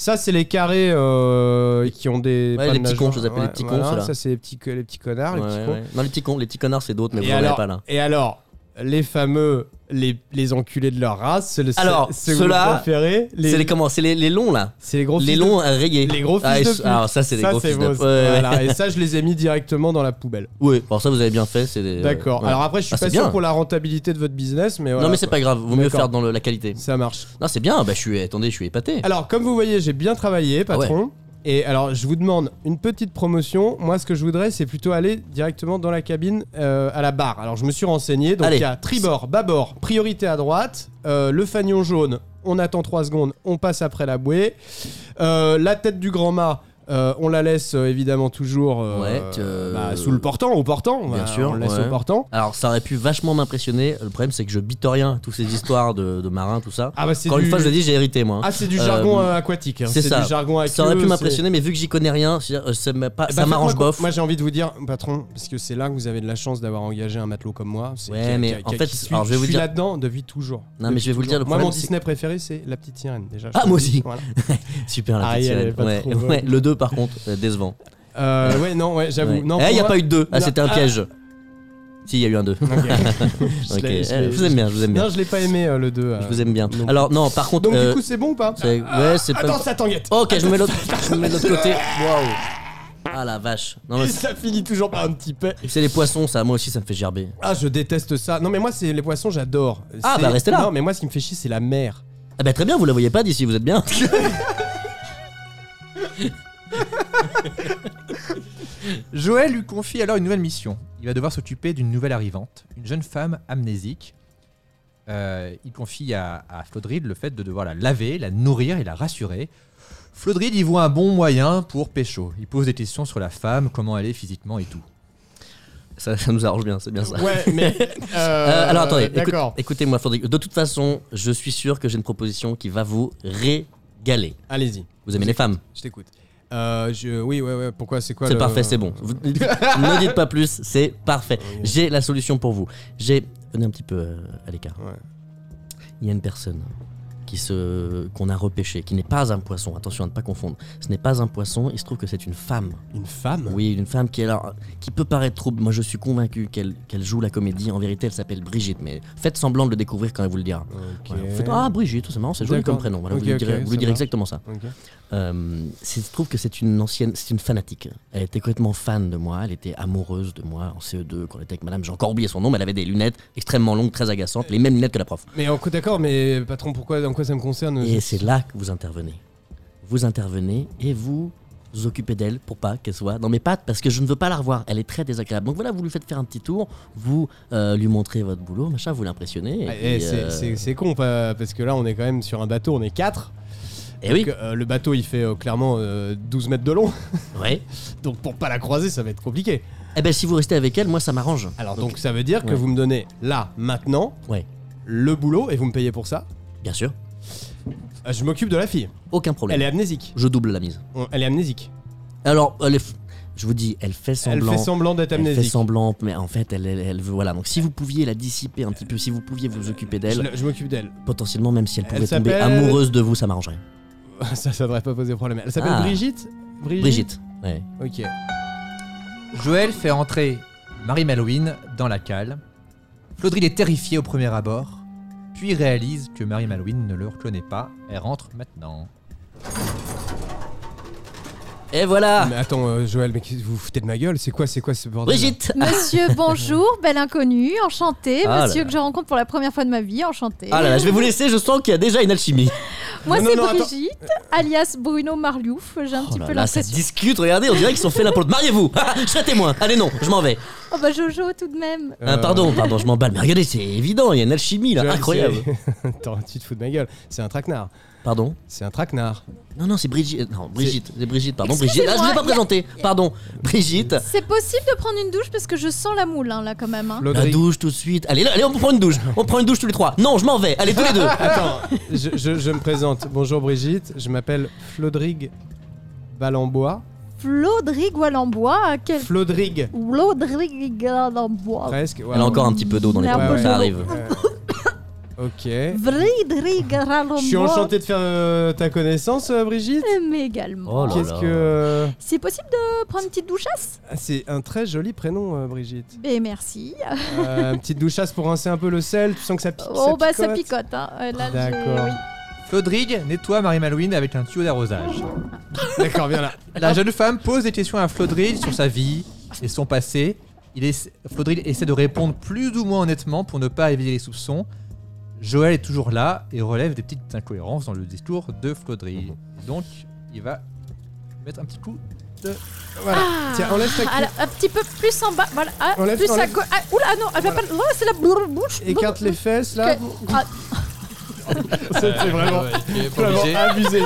D: Ça, c'est les carrés euh, qui ont des. pas
F: Ouais, les
D: de
F: petits
D: nageoires.
F: cons, je les appelle les petits cons,
D: voilà,
F: ceux-là.
D: Ça, c'est les petits, les petits connards, Ah, les
F: Ouais,
D: petits cons.
F: ouais. Non, les petits cons, les petits connards, c'est d'autres, mais vous
D: Et
F: n'en avez
D: alors,
F: pas là.
D: et alors, les fameux, les, les enculés de leur race, c'est le
F: Alors,
D: c'est- c'est
F: ceux-là,
D: mon préféré, les,
F: C'est les comment C'est les, les longs là.
D: c'est les gros
F: les
D: fils
F: longs euh, rayés.
D: de, les gros fils
F: Ah, et
D: de
F: ce-
D: pute.
F: Alors ça, c'est les
D: Ça,
F: gros
D: c'est
F: fils de.
D: vos-
F: Ouais, ouais.
D: voilà, Et ça, je les ai mis directement dans la poubelle.
F: Ouais, alors ça vous avez bien fait, c'est des- euh,
D: D'accord.
F: ouais.
D: Alors après, je suis
F: Ah,
D: pas
F: c'est
D: sûr
F: bien.
D: pour la rentabilité de votre business, mais voilà,
F: non mais c'est
D: quoi.
F: pas grave, vaut mieux
D: D'accord.
F: faire dans le- la qualité.
D: Ça marche.
F: Non c'est bien, bah je suis attendez, je suis épaté.
D: Alors, comme vous voyez, j'ai bien travaillé,
F: Ah ouais.
D: patron. Et alors, je vous demande une petite promotion. Moi, ce que je voudrais, c'est plutôt aller directement dans la cabine euh, à la barre. Alors, je me suis renseigné. Donc,
F: Allez.
D: il y a tribord, bâbord, priorité à droite, euh, le fanion jaune, on attend 3 secondes, on passe après la bouée. Euh, la tête du grand mât, euh, on la laisse euh, évidemment toujours euh,
F: Ouais, tu- euh,
D: bah, sous le portant, au portant.
F: Bien
D: Bah,
F: sûr,
D: On la laisse
F: ouais.
D: au portant.
F: Alors ça aurait pu vachement m'impressionner. Le problème c'est que je bite rien toutes ces histoires de, de marins tout ça.
D: Ah, bah, c'est
F: Encore une
D: du-
F: fois je l'ai dit j'ai hérité moi.
D: Ah, c'est du
F: Euh,
D: jargon euh, aquatique. hein.
F: c'est ça.
D: du jargon
F: ça aurait
D: aqueux,
F: pu
D: c'est-
F: m'impressionner mais vu que j'y connais rien, c'est- euh, ça m'a pas-
D: Bah,
F: ça
D: faites-moi
F: m'arrange
D: con-
F: bof.
D: Moi j'ai envie de vous dire, patron, parce que c'est là que vous avez de la chance d'avoir engagé un matelot comme moi. c'est
F: Ouais,
D: qui- qui-
F: mais
D: qui-
F: en
D: qui
F: fait,
D: suis-
F: alors, je vais vous
D: suis
F: dire-
D: là-dedans depuis toujours.
F: Non, mais je vais vous le dire, le
D: Moi
F: problème,
D: mon
F: c'est-
D: Disney préféré c'est La Petite Sirène déjà. je
F: Ah,
D: te le
F: moi
D: dis,
F: aussi.
D: voilà.
F: Super la
D: Ah,
F: petite
D: il y avait
F: sirène.
D: pas
F: Ouais,
D: trop,
F: ouais,
D: ouais.
F: le 2 par contre euh, décevant.
D: Euh, Ouais non ouais j'avoue.
F: Ouais.
D: Non.
F: eh,
D: pour
F: il y a
D: moi-
F: pas eu de 2. Ah,
D: Non,
F: c'était un
D: ah.
F: piège. Si, il y a eu un 2. <laughs>
D: Ok. Je
F: Ok.
D: l'ai- je l'ai-
F: Eh, Je vous aime bien, je vous aime bien.
D: Non, je l'ai pas aimé euh, le 2.
F: Je vous aime bien.
D: non.
F: Alors, non, par contre.
D: Donc
F: euh,
D: du coup, c'est bon ou pas
F: c'est- ouais, c'est
D: Ah, Attends,
F: pas.
D: ça tanguette.
F: Ok, je me mets l'autre je me mets de
D: <laughs>
F: l'autre côté. Waouh. Ah la vache. Non, mais
D: Et <laughs> ça finit toujours par un petit peu.
F: c'est les poissons, ça. Moi aussi, ça me fait gerber.
D: Ah, je déteste ça. Non, mais moi, c'est les poissons, j'adore.
F: Ah,
D: C'est-
F: bah, restez là.
D: Non, mais moi, ce qui me fait chier, c'est la mer.
F: Ah bah très bien, vous la voyez pas d'ici, vous êtes bien. <laughs>
C: Joël lui confie alors une nouvelle mission. Il va devoir s'occuper d'une nouvelle arrivante, une jeune femme amnésique. Euh, il confie à, à Flodrid le fait de devoir la laver, la nourrir et la rassurer. Flodrid y voit un bon moyen pour pécho. Il pose des questions sur la femme, comment elle est physiquement et tout.
F: Ça, ça nous arrange bien, c'est bien ça.
D: Ouais,
F: <laughs>
D: mais.
F: Euh, alors attendez, écoute-
D: D'accord.
F: écoutez-moi, Frédéric. De toute façon, je suis sûr que j'ai une proposition qui va vous régaler.
D: Allez-y,
F: Vous aimez les femmes
D: je t'écoute. Euh, je... Oui, ouais, ouais. Pourquoi C'est quoi
F: C'est
D: le-
F: parfait, c'est bon. Vous- ne dites pas plus, c'est parfait. J'ai la solution pour vous. J'ai. Venez un petit peu euh, à l'écart.
D: Ouais.
F: Il y a une personne qui se qu'on a repêchée, qui n'est pas un poisson. Attention à ne pas confondre. Ce n'est pas un poisson. Il se trouve que c'est une femme.
D: Une femme
F: Oui, une femme qui est là, qui peut paraître trouble. Moi, je suis convaincu qu'elle qu'elle joue la comédie. En vérité, elle s'appelle Brigitte. Mais faites semblant de le découvrir quand elle vous le dira.
D: Ok.
F: Voilà, vous faites, ah Brigitte, c'est marrant, c'est joli
D: D'accord.
F: comme prénom. Voilà,
D: Ok,
F: vous lui
D: ok,
F: direz, vous lui
D: ça
F: direz
D: marche.
F: exactement ça.
D: Ok.
F: Euh, c'est- il se trouve que c'est une ancienne, c'est une fanatique. Elle était complètement fan de moi, elle était amoureuse de moi en CE2 quand elle était avec madame. J'ai encore oublié son nom, mais elle avait des lunettes extrêmement longues, très agaçantes, les mêmes lunettes que la prof.
D: Mais en coup d'accord, mais patron, pourquoi, en quoi ça me concerne
F: Et c'est là que vous intervenez. Vous intervenez et vous vous occupez d'elle pour pas qu'elle soit dans mes pattes parce que je ne veux pas la revoir. Elle est très désagréable. Donc voilà, vous lui faites faire un petit tour, vous euh, lui montrez votre boulot, machin, vous l'impressionnez.
D: Ah,
F: et
D: eh,
F: puis,
D: c'est-
F: euh,
D: c'est- C'est con, pas- parce que là, on est quand même sur un bateau, on est 4.
F: eh oui,
D: le bateau, il fait euh, clairement euh, 12 mètres de long. <laughs>
F: ouais.
D: Donc pour pas la croiser, ça va être compliqué.
F: Eh ben si vous restez avec elle, moi ça m'arrange.
D: Alors donc, ça veut dire que
F: ouais.
D: vous me donnez là, maintenant,
F: Ouais.
D: le boulot et vous me payez pour ça.
F: Bien sûr,
D: Euh, Je m'occupe de la fille.
F: aucun problème.
D: Elle est amnésique.
F: Je double la mise.
D: On- Elle est amnésique.
F: Alors, elle est f- je vous dis, elle fait semblant.
D: Elle fait semblant d'être
F: elle fait
D: amnésique.
F: semblant, mais en fait, elle, elle, elle veut. Voilà. Donc, si vous pouviez la dissiper un petit peu, si vous pouviez vous occuper
D: Je,
F: d'elle,
D: la- je m'occupe d'elle.
F: potentiellement, même si elle
D: Elle
F: pouvait tomber
D: s'appelle-
F: amoureuse de vous, ça m'arrangerait.
D: Ah, Ça, ça devrait pas poser problème. Elle s'appelle
F: Ah.
D: Brigitte
F: Brigitte. Ouais.
D: Ok.
C: Joël fait entrer Marie Malouine dans la cale. Flaudril est terrifié au premier abord, puis réalise que Marie Malouine ne le reconnaît pas. Elle rentre maintenant.
F: Et voilà
D: Mais attends, euh, Joël, mais qu'est- vous vous foutez de ma gueule C'est quoi, c'est quoi ce bordel
F: Brigitte <laughs>
E: Monsieur, bonjour, belle inconnue, enchanté.
F: Ah là
E: Monsieur
F: là.
E: que je rencontre pour la première fois de ma vie, enchanté.
F: Ah là là, je vais vous laisser, je sens qu'il y a déjà une alchimie.
E: Moi,
D: Non,
E: c'est
D: non, non, attends.
E: Brigitte, alias Bruno Marliouf. J'ai un
F: Oh
E: petit
F: là
E: peu
F: là, ça
E: l'impression.
F: discute, regardez, on dirait qu'ils sont faits là pour le. Mariez-vous Ah, Je serai témoin Allez, non, je m'en vais.
E: Oh bah Jojo, tout de même.
F: Ah,
D: Euh,
F: pardon, pardon, je m'emballe. Mais regardez, c'est évident, il y a une alchimie là,
D: Joël,
F: incroyable.
D: c'est- <laughs> attends, tu te fous de ma gueule. C'est un traquenard.
F: Pardon
D: C'est un traquenard.
F: Non, non, c'est Brigitte. euh, Non, Brigitte, c'est Brigitte, pardon. Brigitte,
E: Excusez-moi,
F: ah, je ne l'ai pas
E: il y a-
F: présenté. Pardon, Brigitte.
E: C'est possible de prendre une douche parce que je sens la moule hein, là quand même. hein.
F: La
D: Flodrig-
F: douche tout de suite. Allez, là, allez, on prend une douche. On prend une douche tous les trois. Non, je m'en vais. Allez, tous les
E: <laughs>
F: deux.
D: Attends, je, je- je me présente. Bonjour Brigitte, je m'appelle Flodrig Balambois.
E: Flodrig Wallenbois, quel
D: Flodrig,
E: Flodrig Wallenbois.
D: presque. ouais.
F: Elle a encore un petit peu d'eau dans les
E: Ouais,
F: poumons.
E: ouais.
F: Ça arrive. <coughs>
D: Euh, ok.
E: Vridrig Wallenbois.
D: Je suis enchanté de faire euh, ta connaissance, euh, Brigitte.
E: Mais également.
F: Oh là
D: Qu'est-ce que.
E: C'est possible de prendre une petite douchasse
D: Ah, C'est un très joli prénom, euh, Brigitte.
E: Eh merci.
F: <laughs>
D: Euh, une petite douchasse pour rincer un peu le sel. Tu sens que ça pique.
E: Oh bah ça
D: picote.
E: picote. Hein. Euh, Là, j'ai-
D: D'accord.
E: oui.
C: Flodrig nettoie Marie Malouine avec un tuyau d'arrosage.
D: D'accord, viens <laughs> là.
C: La jeune femme pose des questions à Flodril sur sa vie et son passé. Il essa- Flodril essaie de répondre plus ou moins honnêtement pour ne pas éveiller les soupçons. Joël est toujours là et relève des petites incohérences dans le discours de Flodril. Donc, il va mettre un petit coup.
D: Voilà.
E: Ah.
D: Tiens, enlève ta
E: Alors, un petit peu plus en bas. Voilà. Ah,
D: Enlève-
E: plus à
D: enlève.
E: gauche. Ah, oula, non, elle va pas. Oh, c'est la bourre- bouche.
D: Écarte les fesses là.
E: Que- Ah.
D: C'était vraiment, vraiment abusé.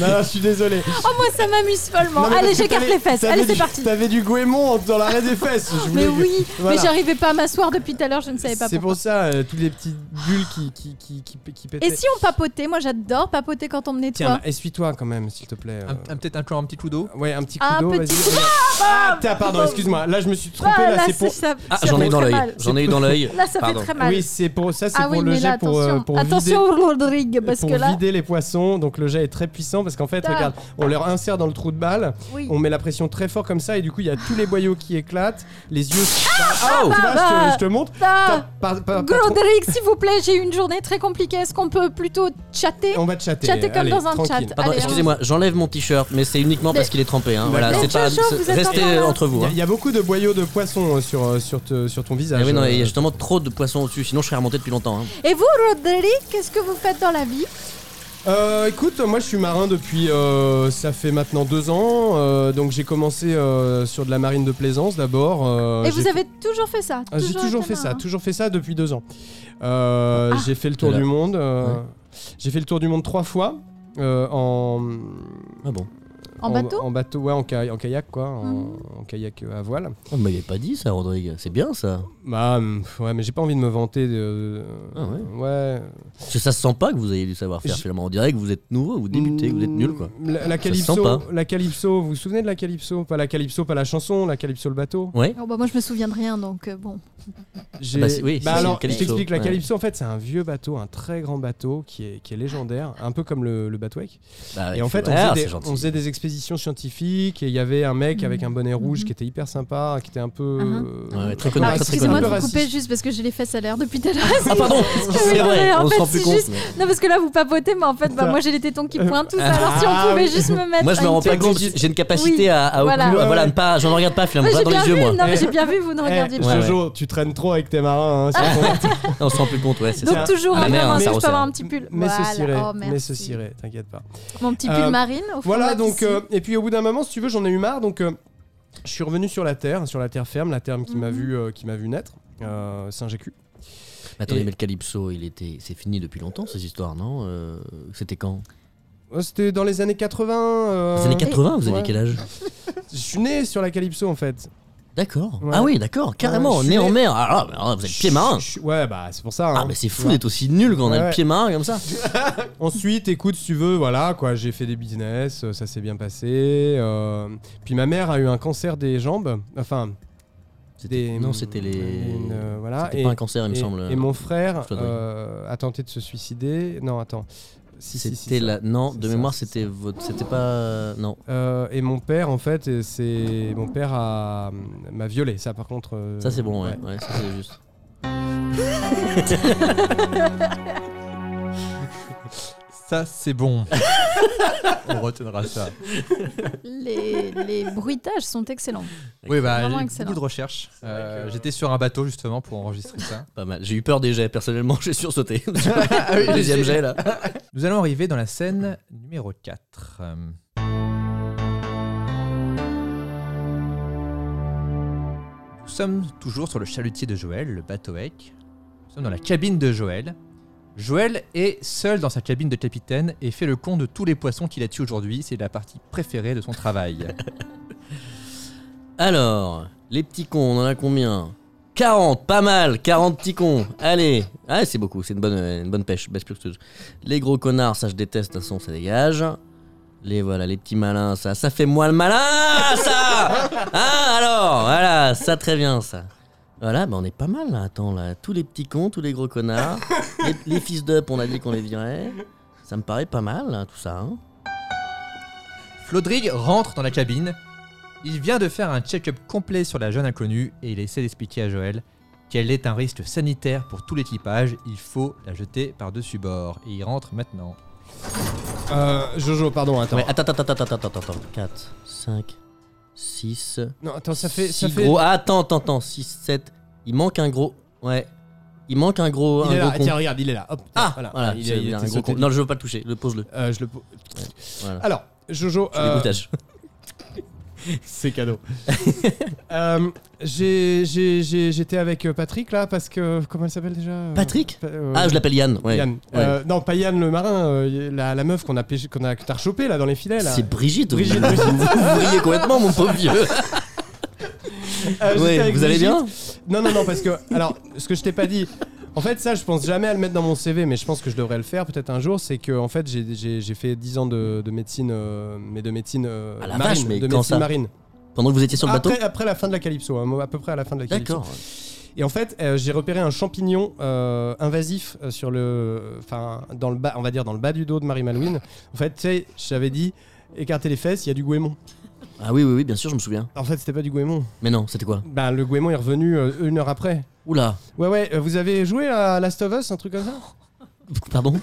D: Non, non, je suis désolé.
E: Oh, moi, ça m'amuse follement.
D: Non, mais
E: Allez,
D: parce que
E: j'écarte
D: t'avais-
E: les fesses.
D: t'avais
E: Allez, c'est
D: du-
E: parti.
D: T'avais du goémon dans l'arrêt des fesses. je voulais
E: Mais
D: que-
E: oui,
D: <laughs> Voilà.
E: mais j'arrivais pas à m'asseoir depuis tout à l'heure, je ne savais pas
D: C'est
E: pourquoi.
D: pour ça, euh, toutes les petites bulles qui, qui, qui, qui, qui pétaient.
E: Et si on papotait Moi, j'adore papoter quand on me nettoie.
D: Tiens, bah, essuie-toi quand même, s'il te plaît. euh. Ah.
C: un- un- Peut-être encore un petit coup d'eau.
D: Ouais, un petit coup
E: Un
D: d'eau,
E: petit
D: vas-y.
E: coup d'eau.
D: Ah, tiens, pardon, excuse-moi. Là, je me suis trompé.
E: Ah,
D: là,
E: là,
D: c'est
E: c'est-
D: pour.
E: ça-
F: Ah,
E: ça
F: j'en ai
E: fait
F: dans
E: très
F: l'œil.
E: mal.
F: J'en ai eu dans l'œil.
E: Là, ça
F: Pardon.
E: fait très mal.
D: Oui, c'est pour ça, c'est
E: ah
D: pour
E: oui,
D: le
E: mais là,
D: jet pour, euh,
E: attention.
D: pour vider.
E: attention, Flodrig, parce
D: pour
E: que là,
D: vider les poissons. Donc le jet est très puissant parce qu'en fait,
E: Ah.
D: regarde, on leur insère dans le trou de balle,
E: oui.
D: on met la pression très fort comme ça et du coup, il y a tous les boyaux qui éclatent, les yeux.
E: ah,
D: tu vois,
E: bah,
D: je, te, je te montre.
E: Ah,
D: T'as- par- par- patron-
E: Glodric, s'il vous plaît, j'ai eu une journée très compliquée. Est-ce qu'on peut plutôt chatter
D: on va chatter.
E: Chatter comme
D: Allez,
E: dans un
D: tranquille.
E: chat.
F: Pardon,
E: Allez,
F: excusez-moi, j'enlève mon t-shirt, mais c'est uniquement parce
E: Mais-
F: qu'il est trempé. Hein. Voilà,
E: Mais
F: c'est pas.
E: Jojo,
F: c'est-
E: vous êtes
F: Restez
E: encore là
F: entre
D: Il
F: vous.
D: y
F: Hein.
D: a- Il y, a beaucoup de boyaux de poissons euh, sur, euh, sur, te- sur ton visage.
F: Ah oui, non, il y a
D: euh.
F: justement trop de poissons au-dessus, sinon je serais remonté depuis longtemps. hein.
E: Et vous, Roderick, qu'est-ce que vous faites dans la vie
D: Euh, écoute, moi je suis marin depuis euh, ça fait maintenant deux ans, euh, donc j'ai commencé euh, sur de la marine de plaisance d'abord. euh,
E: Et
D: j'ai
E: vous
D: fait-
E: avez toujours fait ça
D: Ah, J'ai
E: été
D: toujours fait ça,
E: marin.
D: toujours fait ça depuis deux ans. Euh,
E: hein. Ah.
D: j'ai fait le tour
F: Voilà.
D: du monde. euh, J'ai fait le tour du monde trois fois. euh, en,
F: Ah bon
E: En bateau
D: En bateau, ouais, en, ca- en kayak quoi, en,
E: Mhm.
D: en kayak euh, à voile.
F: On m'avait pas dit ça, Rodrigue. C'est bien ça.
D: Bah hum, ouais, mais j'ai pas envie de me vanter. De...
F: Ah ouais.
D: ouais.
F: Parce que ça se sent pas que vous ayez du savoir-faire
D: Je-
F: finalement. On dirait que vous êtes nouveau, vous débutez, vous êtes nul quoi.
D: La, la
F: se sent
D: calypso,
F: pas.
D: la calypso, vous vous souvenez de la calypso Pas la calypso, pas la chanson, la calypso le bateau.
F: Ouais
E: Oh, bah, moi, je me souviens de rien, donc euh, bon.
D: J'ai-
F: bah, c'est- oui, c'est-
D: alors,
F: c'est le
D: je t'explique,
F: Calypso,
D: la
F: ouais.
D: Calypso, en fait, c'est un vieux bateau, un très grand bateau qui est, qui est légendaire, un peu comme le, le Batwake.
F: Bah,
D: et en fait, on
F: ah, c'est
D: faisait, des,
F: gentil.
D: on faisait des expéditions scientifiques et il y avait un mec avec un bonnet rouge qui était hyper sympa, qui était un peu.
E: Uh-huh.
D: euh,
F: Ouais, ouais, très
D: un peu
F: connu,
E: Ah,
F: très,
D: raciste,
F: très
E: Excusez-moi
D: un
E: de
D: peu
E: vous couper
D: raciste.
E: juste parce que j'ai les fesses à l'air depuis tout à l'heure.
F: Ah
D: <laughs>
F: pardon, c'est vrai,
E: en
F: on
E: fait,
F: s'en rend plus
E: c'est
F: compte.
E: juste-
F: mais-
E: <laughs> Non, parce que là, vous papotez, mais en fait, bah, moi, j'ai les tétons qui pointent, tout ça. Alors, si on
D: Ah,
E: pouvait
D: oui.
E: juste me mettre.
F: Moi je me
E: à
F: rends
E: une
F: pas
E: petite-
F: compte, j'ai une
E: Oui,
F: capacité à, à
E: voilà.
F: occuper-
D: Ouais,
F: voilà,
D: ouais.
F: ne pas, j'en regarde pas
E: Ouais,
F: finalement,
E: j'ai
F: pas dans
E: bien
F: les yeux
E: vu.
F: moi.
E: Non, mais
D: Eh.
E: j'ai bien vu, vous ne regardiez
D: Eh,
E: pas.
D: Jojo, tu traînes trop avec tes marins. hein, c'est
E: Ah,
D: ton-
E: <laughs>
F: Non, on se rend plus compte, ouais, c'est ça.
E: Donc, toujours
F: Ah,
E: un
F: mais
E: marin,
F: merde,
E: je
F: ça
E: peux
F: resserre.
E: avoir un petit pull.
D: Mais
E: Voilà.
D: ce cirait,
E: Oh,
D: mais ce
E: merci.
D: cirait, t'inquiète pas.
E: Mon petit
D: Euh,
E: pull marine, au fond.
D: Voilà,
E: là,
D: donc,
E: ici.
D: euh, et puis au bout d'un moment, si tu veux, j'en ai eu marre, donc euh, je suis revenu sur la terre, sur la terre ferme, la terre qui m'a
E: Mhm.
D: vu, euh, qui m'a vu naître, euh, Saint-Gécu.
F: Mais attendez,
D: Et-
F: mais le Calypso, il était, c'est fini depuis longtemps ces histoires, non Euh, C'était quand
D: Ouais, Euh, C'était dans les années 80. euh,
F: Les années 80, vous
D: ouais.
F: aviez quel âge
D: Je suis né sur la Calypso en fait.
F: D'accord.
D: Ouais.
F: Ah oui, d'accord, carrément,
D: Ouais, je
F: né
D: suis
F: en
D: né-
F: mer. Ah, là, mais alors, vous êtes pied marin.
D: Je- je- Ouais, bah c'est pour ça.
F: Ah,
D: hein.
F: mais c'est fou
D: Ouais.
F: d'être aussi nul quand on a
D: Ouais,
F: le
D: ouais.
F: pied marin comme ça.
D: Ensuite, écoute, si tu veux, voilà quoi, j'ai fait des business, euh, ça s'est bien passé. euh, Puis ma mère a eu un cancer des jambes. Enfin,
F: C'était-
D: des.
F: Non, c'était les.
D: une, euh, voilà.
F: C'était
D: et,
F: pas un cancer, il me
D: et-
F: semble.
D: et mon frère
F: Je te dois.
D: euh, a tenté de se suicider. Non, attends. Si, si,
F: C'était
D: si, ça.
F: la. Non,
D: C'est
F: de
D: ça,
F: mémoire,
D: c'est
F: c'était votre. C'était pas. Non.
D: Euh, et mon père, en fait, euh, c'est mon père a euh, m'a violé. Ça, par contre. euh,
F: Ça, c'est bon, ouais. ouais. ça, c'est juste.
C: Ça, c'est bon. on retiendra ça.
E: Les, les bruitages sont excellents.
C: Oui, bah,
E: Vraiment
C: j'ai
E: excellent.
C: beaucoup de recherches. Euh, J'étais sur un bateau justement pour enregistrer ça.
F: Pas mal. J'ai eu peur des jets, personnellement, <laughs> j'ai sursauté.
C: Ah oui,
F: Deuxième jet, là.
C: Nous allons arriver dans la scène numéro 4. Nous sommes toujours sur le chalutier de Joël, le bateau-ec. Nous sommes dans la cabine de Joël. Joël est seul dans sa cabine de capitaine et fait le con de tous les poissons qu'il a tués aujourd'hui. C'est la partie préférée de son travail.
F: Alors, les petits cons, on en a combien 40, pas mal, 40 petits cons. Allez, ah, c'est beaucoup, c'est une bonne, euh, une bonne pêche. baisse plus que tout. Les gros connards, ça je déteste, de toute façon, ça dégage. Les voilà, les petits malins, ça, ça fait moi le malin, ça Ah, alors, voilà, ça très bien, ça. Voilà, bah on est pas mal là, attends, là. Tous les petits cons, tous les gros connards. les, les fils d'up, on a dit qu'on les virait. Ça me paraît pas mal, là, tout ça. hein.
C: Flodrig rentre dans la cabine. Il vient de faire un check-up complet sur la jeune inconnue et il essaie d'expliquer à Joël qu'elle est un risque sanitaire pour tout l'équipage. Il faut la jeter par-dessus bord. Et il rentre maintenant.
D: Euh, Jojo, pardon, attends.
F: Ouais, attends, attends, attends, attends, attends, attends. 4, 5, 6,
D: Non, attends, ça fait, ça
F: Six
D: fait
F: gros. Ah, attends, attends, attends. 6, 7. Il manque un gros. Ouais. Il manque un gros.
D: Il
F: un
D: est
F: gros
D: là,
F: con.
D: tiens, regarde, il est là. Hop,
F: Ah, voilà.
D: voilà. il, est- il
F: c'est
D: était
F: un gros
D: sauté.
F: con. Non, je veux pas le toucher. Le pose-le.
D: Euh, je le... po-
F: Voilà.
D: Alors, Jojo,
F: Je
D: euh,
F: dégoûtage.
D: c'est cadeau. <laughs> Euh, j'ai- j'ai- j'ai- J'étais avec euh, Patrick là parce que. Comment elle s'appelle déjà euh,
F: Patrick
D: Pa- euh,
F: Ah, je l'appelle Yann. Ouais.
D: Yann. Euh, non, pas Yann le marin, euh, la, la meuf qu'on a, pêché- qu'on a, que t'as rechopée là dans les filets là.
F: C'est Brigitte.
D: Brigitte,
F: Vous vous riez complètement, mon pauvre vieux.
D: <laughs> Euh, j'étais
F: Ouais,
D: avec
F: vous allez
D: Brigitte.
F: bien
D: Non, non, non, parce que. Alors, ce que je t'ai pas dit. En fait, ça, je pense jamais à le mettre dans mon CV, mais je pense que je devrais le faire peut-être un jour. C'est que, en fait, j'ai- j'ai j'ai fait 10 ans de, de médecine, euh, mais de médecine euh,
F: Ah la
D: marine.
F: vache, mais
D: de
F: quand
D: médecine
F: ça
D: marine.
F: Pendant que vous étiez sur le bateau
D: Après, après la fin de la Calypso, hein, à peu près à la fin de la Calypso.
F: D'accord.
D: Et en fait, euh, j'ai repéré un champignon euh, invasif euh, sur le, enfin, dans le bas, on va dire dans le bas du dos de Marie Malouine. En fait, tu sais, j'avais dit écartez les fesses, il y a du goémon.
F: Ah oui, oui, oui, bien sûr, je me souviens.
D: En fait, c'était pas du goémon.
F: Mais non, c'était quoi
D: Ben, le goémon est revenu euh, une heure après.
F: Oula,
D: Ouais, ouais. euh, vous avez joué à Last of Us, un truc comme ça
F: pardon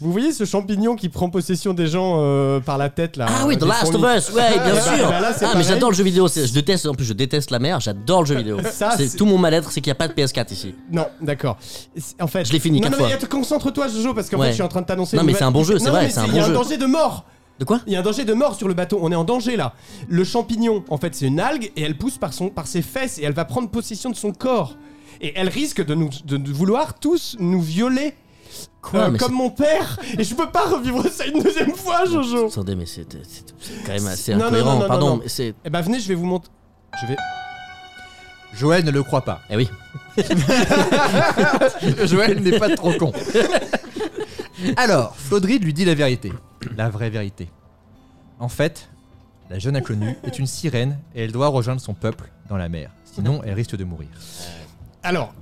D: Vous voyez ce champignon qui prend possession des gens euh, par la tête là
F: Ah oui, The
D: des
F: Last of
D: fourmis.
F: Us, ouais, bien
D: bah,
F: sûr.
D: bah là, c'est
F: ah, mais
D: pareil.
F: j'adore le jeu vidéo. c'est- Je déteste, en plus, je déteste la mer. J'adore le jeu vidéo.
D: Ça,
F: C'est
D: c'est-
F: tout mon mal-être, c'est qu'il n'y a pas de PS4 ici.
D: Non, d'accord. C'est- En fait,
F: Je l'ai fini
D: non,
F: quatre
D: non,
F: fois.
D: mais attends, concentre-toi, Jojo, parce qu'en
F: Ouais.
D: fait, je suis en train de t'annoncer.
F: Non,
D: une
F: mais
D: nouvelle-
F: c'est un bon jeu, c'est
D: Non,
F: vrai,
D: mais
F: c'est un
D: Il
F: bon
D: y a un
F: jeu.
D: danger de mort.
F: De quoi
D: Il y a un danger de mort sur le bateau. On est en danger là. Le champignon, en fait, c'est une algue et elle pousse par, son, par ses fesses et elle va prendre possession de son corps. Et elle risque de nous, de nous vouloir tous nous violer.
F: Quoi
D: Euh,
F: Mais
D: Comme mon père. Et je peux pas revivre ça une deuxième fois, Jojo.
F: Attendez, mais c'est c'est- c'est quand même assez
D: Non, non,
F: incohérent.
D: non, non,
F: pardon,
D: non, non.
F: mais c'est.
D: Eh ben, venez, je vais vous montrer. Je vais.
C: Joël ne le croit pas.
F: Eh oui.
C: <laughs> Joël n'est pas trop con. <laughs> Alors, Flaudride lui dit la vérité. La vraie vérité. En fait, la jeune inconnue est une sirène et elle doit rejoindre son peuple dans la mer. Sinon, elle risque de mourir.
D: Alors.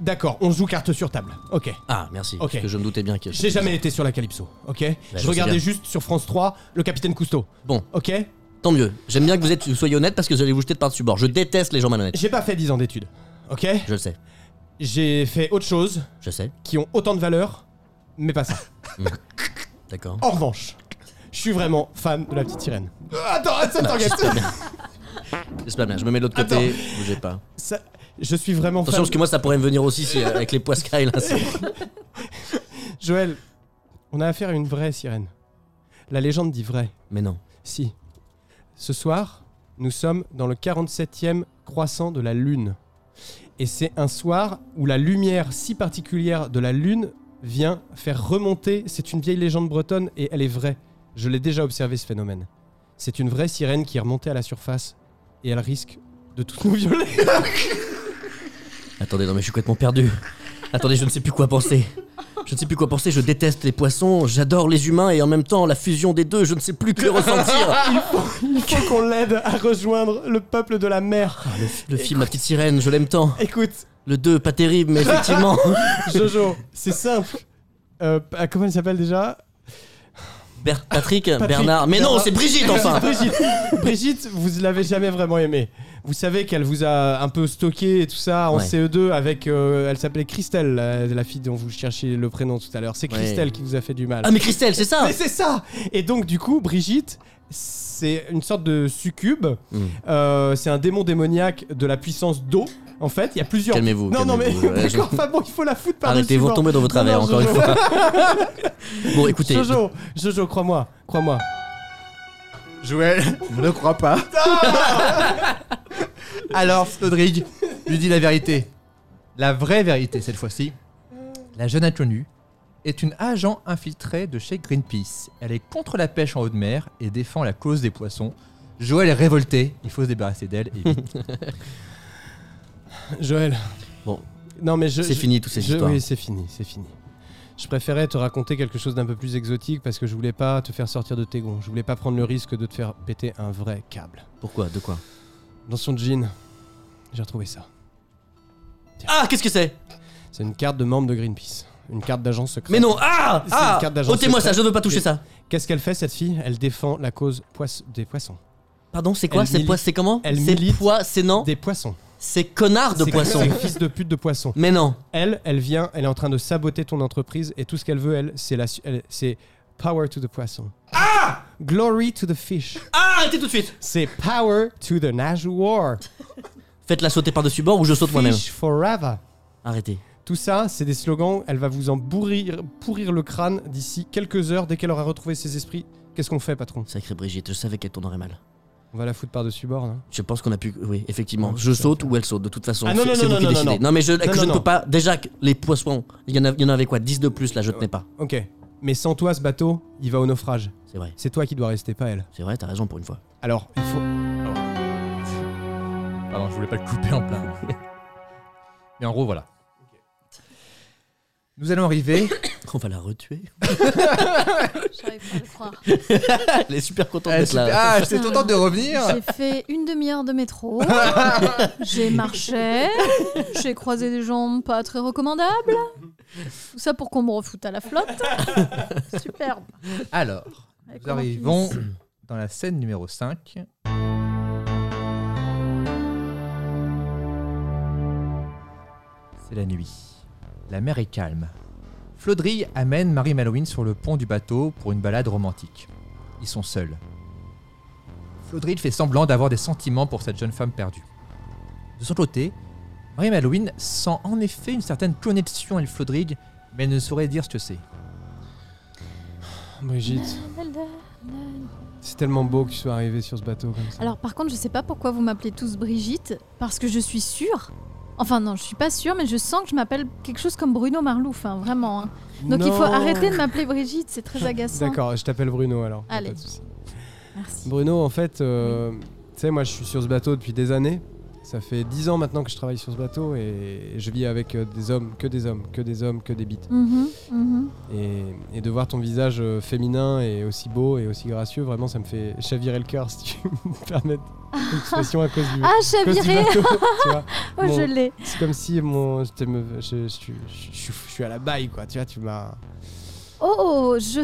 D: D'accord, on joue carte sur table. Ok.
F: Ah, merci.
D: Ok.
F: Parce que je me doutais bien que.
D: J'ai jamais été sur la Calypso, ok
F: je sais
D: Je regardais
F: bien.
D: juste sur France 3 le capitaine Cousteau,
F: Bon,
D: ok
F: tant mieux. J'aime bien que vous, êtes, vous soyez honnête parce que vous allez vous jeter de par-dessus bord. Je déteste les gens malhonnêtes.
D: J'ai pas fait 10 ans d'études, ok
F: Je le sais,
D: J'ai fait autre chose
F: je sais.
D: qui ont autant de valeur, mais <laughs> pas ça.
F: D'accord.
D: En revanche, je suis vraiment fan de la petite sirène. Attends, attends, attends, attends.
F: C'est pas bien. Je me mets de l'autre côté. Bougez pas.
D: Ça- Je suis vraiment
F: Attention,
D: fan.
F: parce que moi, ça pourrait me venir aussi si, euh, avec les poiscailles là. c'est-
D: Joël, on a affaire à une vraie sirène. La légende dit vrai.
F: Mais non.
D: Si. Ce soir, nous sommes dans le 47e croissant de la Lune. Et c'est un soir où la lumière si particulière de la Lune vient faire remonter. C'est une vieille légende bretonne et elle est vraie. Je l'ai déjà observé ce phénomène. C'est une vraie sirène qui est remontée à la surface et elle risque de tout nous violer.
F: Attendez, non, mais je suis complètement perdu. Attendez, je ne sais plus quoi penser. Je ne sais plus quoi penser. Je déteste les poissons, j'adore les humains et en même temps, la fusion des deux, je ne sais plus que ressentir.
D: Il faut <laughs> qu'on l'aide à rejoindre le peuple de la mer.
F: Le film La petite sirène, je l'aime tant.
D: Écoute,
F: Le 2, pas terrible, mais
D: <laughs>
F: effectivement.
D: Jojo, c'est simple. Euh, ah, comment il s'appelle déjà
F: Ber- Patrick, Bernard. Mais non,
D: Bernard.
F: c'est Brigitte enfin.
D: Brigitte, Brigitte, vous l'avez jamais vraiment aimée. Vous savez qu'elle vous a un peu stocké et tout ça en
F: Ouais.
D: CE2 avec. euh, elle s'appelait Christelle, la, la fille dont vous cherchiez le prénom tout à l'heure. C'est
F: Ouais.
D: Christelle qui vous a fait du mal.
F: Ah, mais Christelle, c'est ça
D: Mais c'est ça Et donc, du coup, Brigitte, c'est une sorte de succube.
F: Hmm.
D: Euh, c'est un démon démoniaque de la puissance d'eau. En fait, il y a plusieurs.
F: Calmez-vous,
D: Non, non, mais
F: calmez-vous, ouais, je-
D: d'accord, enfin bon, il faut la foutre par-dessus.
F: Arrêtez, vous
D: bord.
F: retombez dans vos
D: Non,
F: travers,
D: non,
F: encore une
D: Jojo.
F: fois. Bon, écoutez.
D: Jojo, Jojo, crois-moi, crois-moi.
C: Joël ne le croit pas. Alors, Flodrig lui dit la vérité. La vraie vérité, cette fois-ci. La jeune inconnue est une agent infiltrée de chez Greenpeace. Elle est contre la pêche en haute mer et défend la cause des poissons. Joël est révolté, il faut se débarrasser d'elle. et vite.
D: Joël.
F: Bon.
D: Non mais je.
F: C'est
D: je-
F: fini, toutes ces
D: je-
F: histoires.
D: Oui, c'est fini, c'est fini. Je préférais te raconter quelque chose d'un peu plus exotique parce que je voulais pas te faire sortir de tes gonds. Je voulais pas prendre le risque de te faire péter un vrai câble.
F: Pourquoi De quoi
D: Dans son jean, j'ai retrouvé ça.
F: Ah, qu'est-ce que c'est
D: C'est une carte de membre de Greenpeace. Une carte d'agent secret.
F: Mais non Ah
D: C'est une
F: Ah
D: carte d'agent
F: Ôtez-moi ça,
D: secret.
F: je ne veux pas toucher ça.
D: Qu'est-ce qu'elle fait cette fille Elle défend la cause poiss- des poissons.
F: Pardon, c'est quoi
D: Elle
F: C'est
D: milite-
F: pois- c'est comment
D: elle
F: C'est
D: milite-
F: pois, c'est non
D: Des poissons.
F: C'est connard de
D: C'est-
F: poisson.
D: c'est Fils de pute de poisson.
F: Mais non.
D: Elle, elle vient, elle est en train de saboter ton entreprise et tout ce qu'elle veut, elle, c'est la, su- elle- c'est power to the poisson. Ah Glory to the fish.
F: Ah, arrêtez tout de suite
D: C'est power to the Najwar.
F: Faites-la sauter par-dessus bord ou je saute moi-même.
D: Fish forever.
F: Arrêtez.
D: Tout ça, c'est des slogans. Elle va vous en bourrir, pourrir le crâne d'ici quelques heures dès qu'elle aura retrouvé ses esprits. Qu'est-ce qu'on fait, patron
F: Sacré Brigitte, je savais qu'elle tournerait mal.
D: On va la foutre par-dessus bord, hein. non
F: Je pense qu'on a pu. Oui, effectivement.
D: Non,
F: Je
D: c'est
F: saute ou elle saute. De toute façon,
D: Ah, non,
F: c'est
D: non,
F: c'est
D: non,
F: vous qui
D: non, non,
F: décidez.
D: non.
F: mais je, que
D: Non,
F: je
D: non,
F: ne
D: non.
F: peux pas. Déjà, que les poissons, il y, en a- il y en avait quoi 10 de plus là, je tenais pas.
D: <laughs> Ok. Mais sans toi, ce bateau, il va au naufrage.
F: C'est vrai.
D: C'est toi qui dois rester, pas elle.
F: C'est vrai, t'as raison pour une fois.
D: Alors, il faut.
C: Pardon, je voulais pas le couper en
D: <laughs>
C: plein. Mais en gros, voilà. Nous allons arriver
F: On va la retuer.
E: J'arrive pas à le croire.
F: <laughs> Elle est super contente
C: Ah,
F: d'être
C: super-
F: là.
C: ah, j'étais contente de revenir.
E: J'ai fait une demi-heure de métro. j'ai marché. J'ai croisé des gens pas très recommandables. Tout ça pour qu'on me refoute à la flotte. Superbe.
C: Alors,
E: Avec
C: nous
E: Omar
C: arrivons
E: Sy.
C: dans la scène numéro 5. C'est la nuit. La mer est calme. Flodry amène Marie Malouine sur le pont du bateau pour une balade romantique. Ils sont seuls. Flodry fait semblant d'avoir des sentiments pour cette jeune femme perdue. De son côté, Marie Malouine sent en effet une certaine connexion avec Flodrig, mais elle ne saurait dire ce que c'est.
D: Brigitte, c'est tellement beau que tu sois arrivée sur ce bateau comme ça.
E: Alors par contre, je sais pas pourquoi vous m'appelez tous Brigitte, parce que je suis sûre. Enfin non, je suis pas sûre, mais je sens que je m'appelle quelque chose comme Bruno Marlouf, hein, vraiment. hein. Donc il faut
D: Non.
E: arrêter de m'appeler Brigitte, c'est très agaçant.
D: D'accord, je t'appelle Bruno alors.
E: Allez.
D: Pas de souci.
E: Merci.
D: Bruno, en fait, euh, tu sais, moi je suis sur ce bateau depuis des années. Ça fait 10 ans maintenant que je travaille sur ce bateau et je vis avec euh, des hommes, que des hommes, que des hommes, que des bites.
E: Mhm, mhm.
D: Et, et de voir ton visage euh, féminin et aussi beau et aussi gracieux, vraiment ça me fait chavirer le cœur <laughs> si tu me permets l'expression à cause du, à
E: <laughs> Ah,
D: cause du
E: chaviré
D: bateau. tu
E: <laughs>
D: vois.
E: Oh, je
D: Bon.
E: l'ai.
D: C'est comme si mon, j'étais me- je, je, suis- je suis- je suis à la baille quoi, tu vois, tu m'as...
E: Oh, oh, je,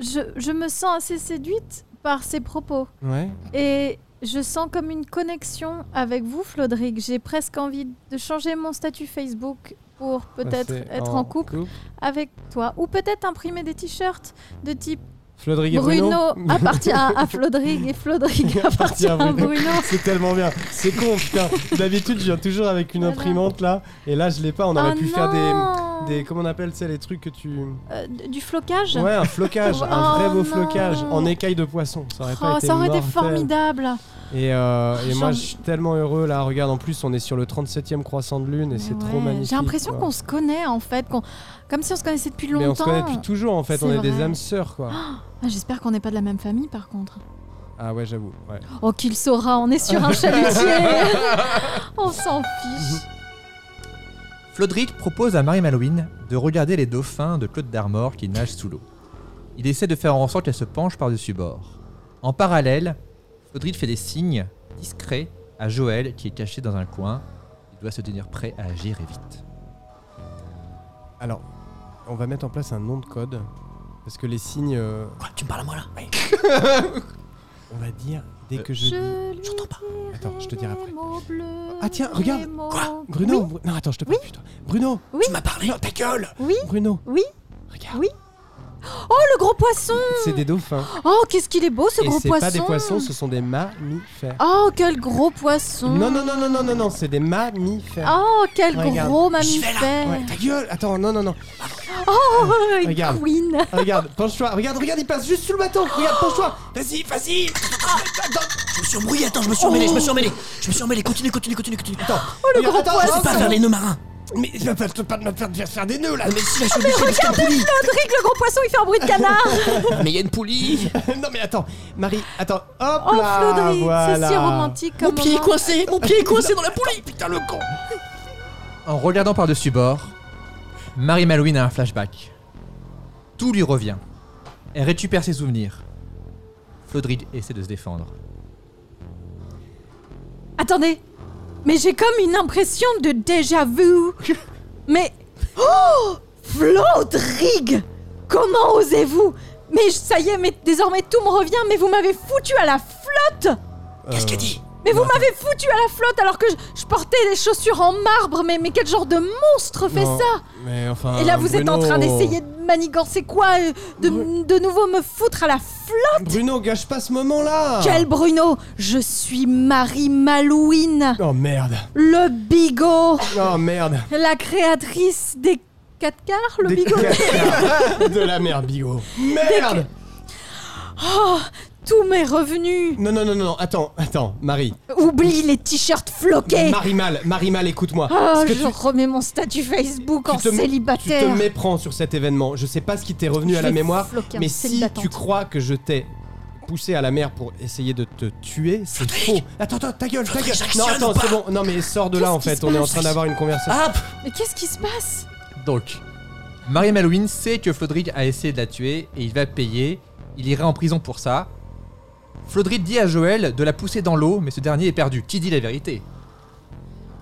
E: je, je me sens assez séduite par ses propos.
D: Ouais
E: Et je sens comme une connexion avec vous, Flodric. J'ai presque envie de changer mon statut Facebook pour
D: Ah,
E: peut-être
D: Passer
E: être en couple avec toi. Ou peut-être imprimer des t-shirts de type
D: Flodrig et
E: Bruno,
D: Bruno, <laughs>
E: appartient à, à Flodrig et Flodrig appartient à
D: Bruno.
E: Bruno.
D: C'est tellement bien, c'est con putain. D'habitude je viens toujours avec une
E: Voilà.
D: imprimante là, et là je l'ai pas, on aurait
E: Ah
D: pu faire des,
E: non
D: des... Comment on appelle ça, les trucs que tu...
E: Euh, d- du flocage
D: Ouais, un flocage, un
E: Oh
D: vrai beau
E: non.
D: flocage, en écaille de poisson, ça aurait
E: Oh,
D: pas été
E: ça aurait été
D: mortel.
E: formidable. Oh,
D: Et, euh, et
E: J'en-
D: moi, je suis tellement heureux là. Regarde, en plus, on est sur le 37e croissant de lune et
E: Mais
D: c'est
E: ouais,
D: trop magnifique.
E: J'ai l'impression
D: quoi.
E: qu'on se connaît en fait, qu'on- comme si on se connaissait depuis
D: Mais
E: longtemps.
D: on se connaît depuis toujours en fait.
E: C'est
D: On est des
E: vrai.
D: âmes sœurs quoi.
E: Ah, J'espère qu'on n'est pas de la même famille par contre.
D: Ah ouais, j'avoue. ouais.
E: Oh, qu'il saura, on est sur
D: <laughs>
E: un chalutier. on s'en fiche.
C: Flodric propose à Marie Malouine de regarder les dauphins de Claude d'Armor qui nagent sous l'eau. Il essaie de faire en sorte qu'elle se penche par-dessus bord. En parallèle, Flodric fait des signes discrets à Joël qui est caché dans un coin. Il doit se tenir prêt à agir et vite.
D: Alors, on va mettre en place un nom de code parce que les signes, euh,
F: Quoi, tu me parles à moi là
D: <laughs> on va dire dès
C: Euh,
D: que je. dis-
E: Je
F: j'entends pas.
D: Mhm. Attends, je te dirai après.
E: Ah tiens, regarde. Quoi
D: Bruno, Bru- non attends, je te parle. putain. Bruno,
E: Oui.
D: tu m'as parlé. ta gueule.
E: Oui.
D: Bruno.
E: Oui.
D: Regarde.
E: Oui. Oh le gros poisson
D: C'est des dauphins.
E: Oh qu'est-ce qu'il est beau ce
D: et
E: gros
D: c'est
E: poisson
D: pas des poissons, ce sont des mammifères.
E: Oh quel gros poisson
D: Non non non non non non non, c'est des mammifères.
E: Oh quel
D: Regarde.
E: gros
D: J'y vais
E: mammifère
D: Ouais, ta gueule. Attends, non non non.
E: Oh une
D: Regarde.
E: queen
D: Ah,
E: <laughs>
D: regarde, penche-toi, regarde, regarde, il passe juste sous le bateau. Regarde, penche-toi.
F: Vas-y, vas-y Je me suis embrouillé, attends, je me suis emmêlé, je me suis emmêlé Je me suis emmêlé, continue, continue, continue, continue Attends,
D: le
E: gros poisson.
F: pas vers les nœuds marins
D: Mais je vais pas te pas de me faire, de faire des nœuds là.
F: Ah, Mais si, là, je suis obligé, parce qu'il y a une poulie
E: Patrick le gros poisson il fait un bruit de canard
F: Mais il y a une poulie
D: non mais attends, Marie, attends, hop
E: Oh
D: là,
E: Flodric,
D: voilà.
E: c'est si romantique
F: Mon
E: comme
F: pied est
E: moment.
F: coincé, mon pied est coincé dans la poulie Putain, le con
C: En regardant par-dessus bord, Marie Malouine a un flashback. Tout lui revient. Elle récupère ses souvenirs. Flodric essaie de se défendre.
E: Attendez, mais j'ai comme une impression de déjà vu. Mais oh, Flodrig, comment osez-vous Mais je- ça y est, mais désormais tout me revient. Mais vous m'avez foutu à la flotte. Euh,
F: Qu'est-ce qu'elle dit
E: Mais vous m'avez foutu à la flotte alors que je, je portais des chaussures en marbre. Mais mais quel genre de monstre fait
D: Non,
E: ça
D: Mais enfin.
E: Et là, vous êtes en
D: Bruno-
E: train d'essayer de manigancer quoi euh, de, de nouveau me foutre à la flotte
D: Bruno, gâche pas ce moment là.
E: Quel Bruno Je suis Marie Malouine,
D: Oh merde.
E: le bigot.
D: Oh merde.
E: La créatrice des 4 quarts, le
D: Des <laughs>
E: bigot.
D: cascades de la mer Bigot. Merde.
E: Oh, tout m'est revenu.
D: Non non non non, attends, attends, Marie.
E: Oublie les t-shirts floqués.
D: Marie Mal, Marie Mal, écoute-moi.
E: Oh,
D: Parce que
E: je
D: tu-
E: remets mon statut Facebook en
D: tu te, tu
E: célibataire.
D: te méprends sur cet événement. Je sais pas ce qui t'est revenu
E: Je
D: à la
E: vais
D: mémoire,
E: floquer un
D: mais
E: cell
D: si
E: d'attente.
D: tu crois que je t'ai poussé à la mer pour essayer de te tuer, c'est faux. Attends, attends, ta gueule, ta gueule. Non, attends, c'est bon. Non, mais sors de là
E: Qu'est-ce
D: en
E: qui se
D: fait. On est en
E: passe
F: Ah,
D: train d'avoir une conversation.
F: Hop
E: Mais qu'est-ce qui se passe
C: Donc, Marie Malouine sait que Flodrig a essayé de la tuer et il va payer. Il ira en prison pour ça. Flodrig dit à Joël de la pousser dans l'eau, mais ce dernier est perdu. Qui dit la vérité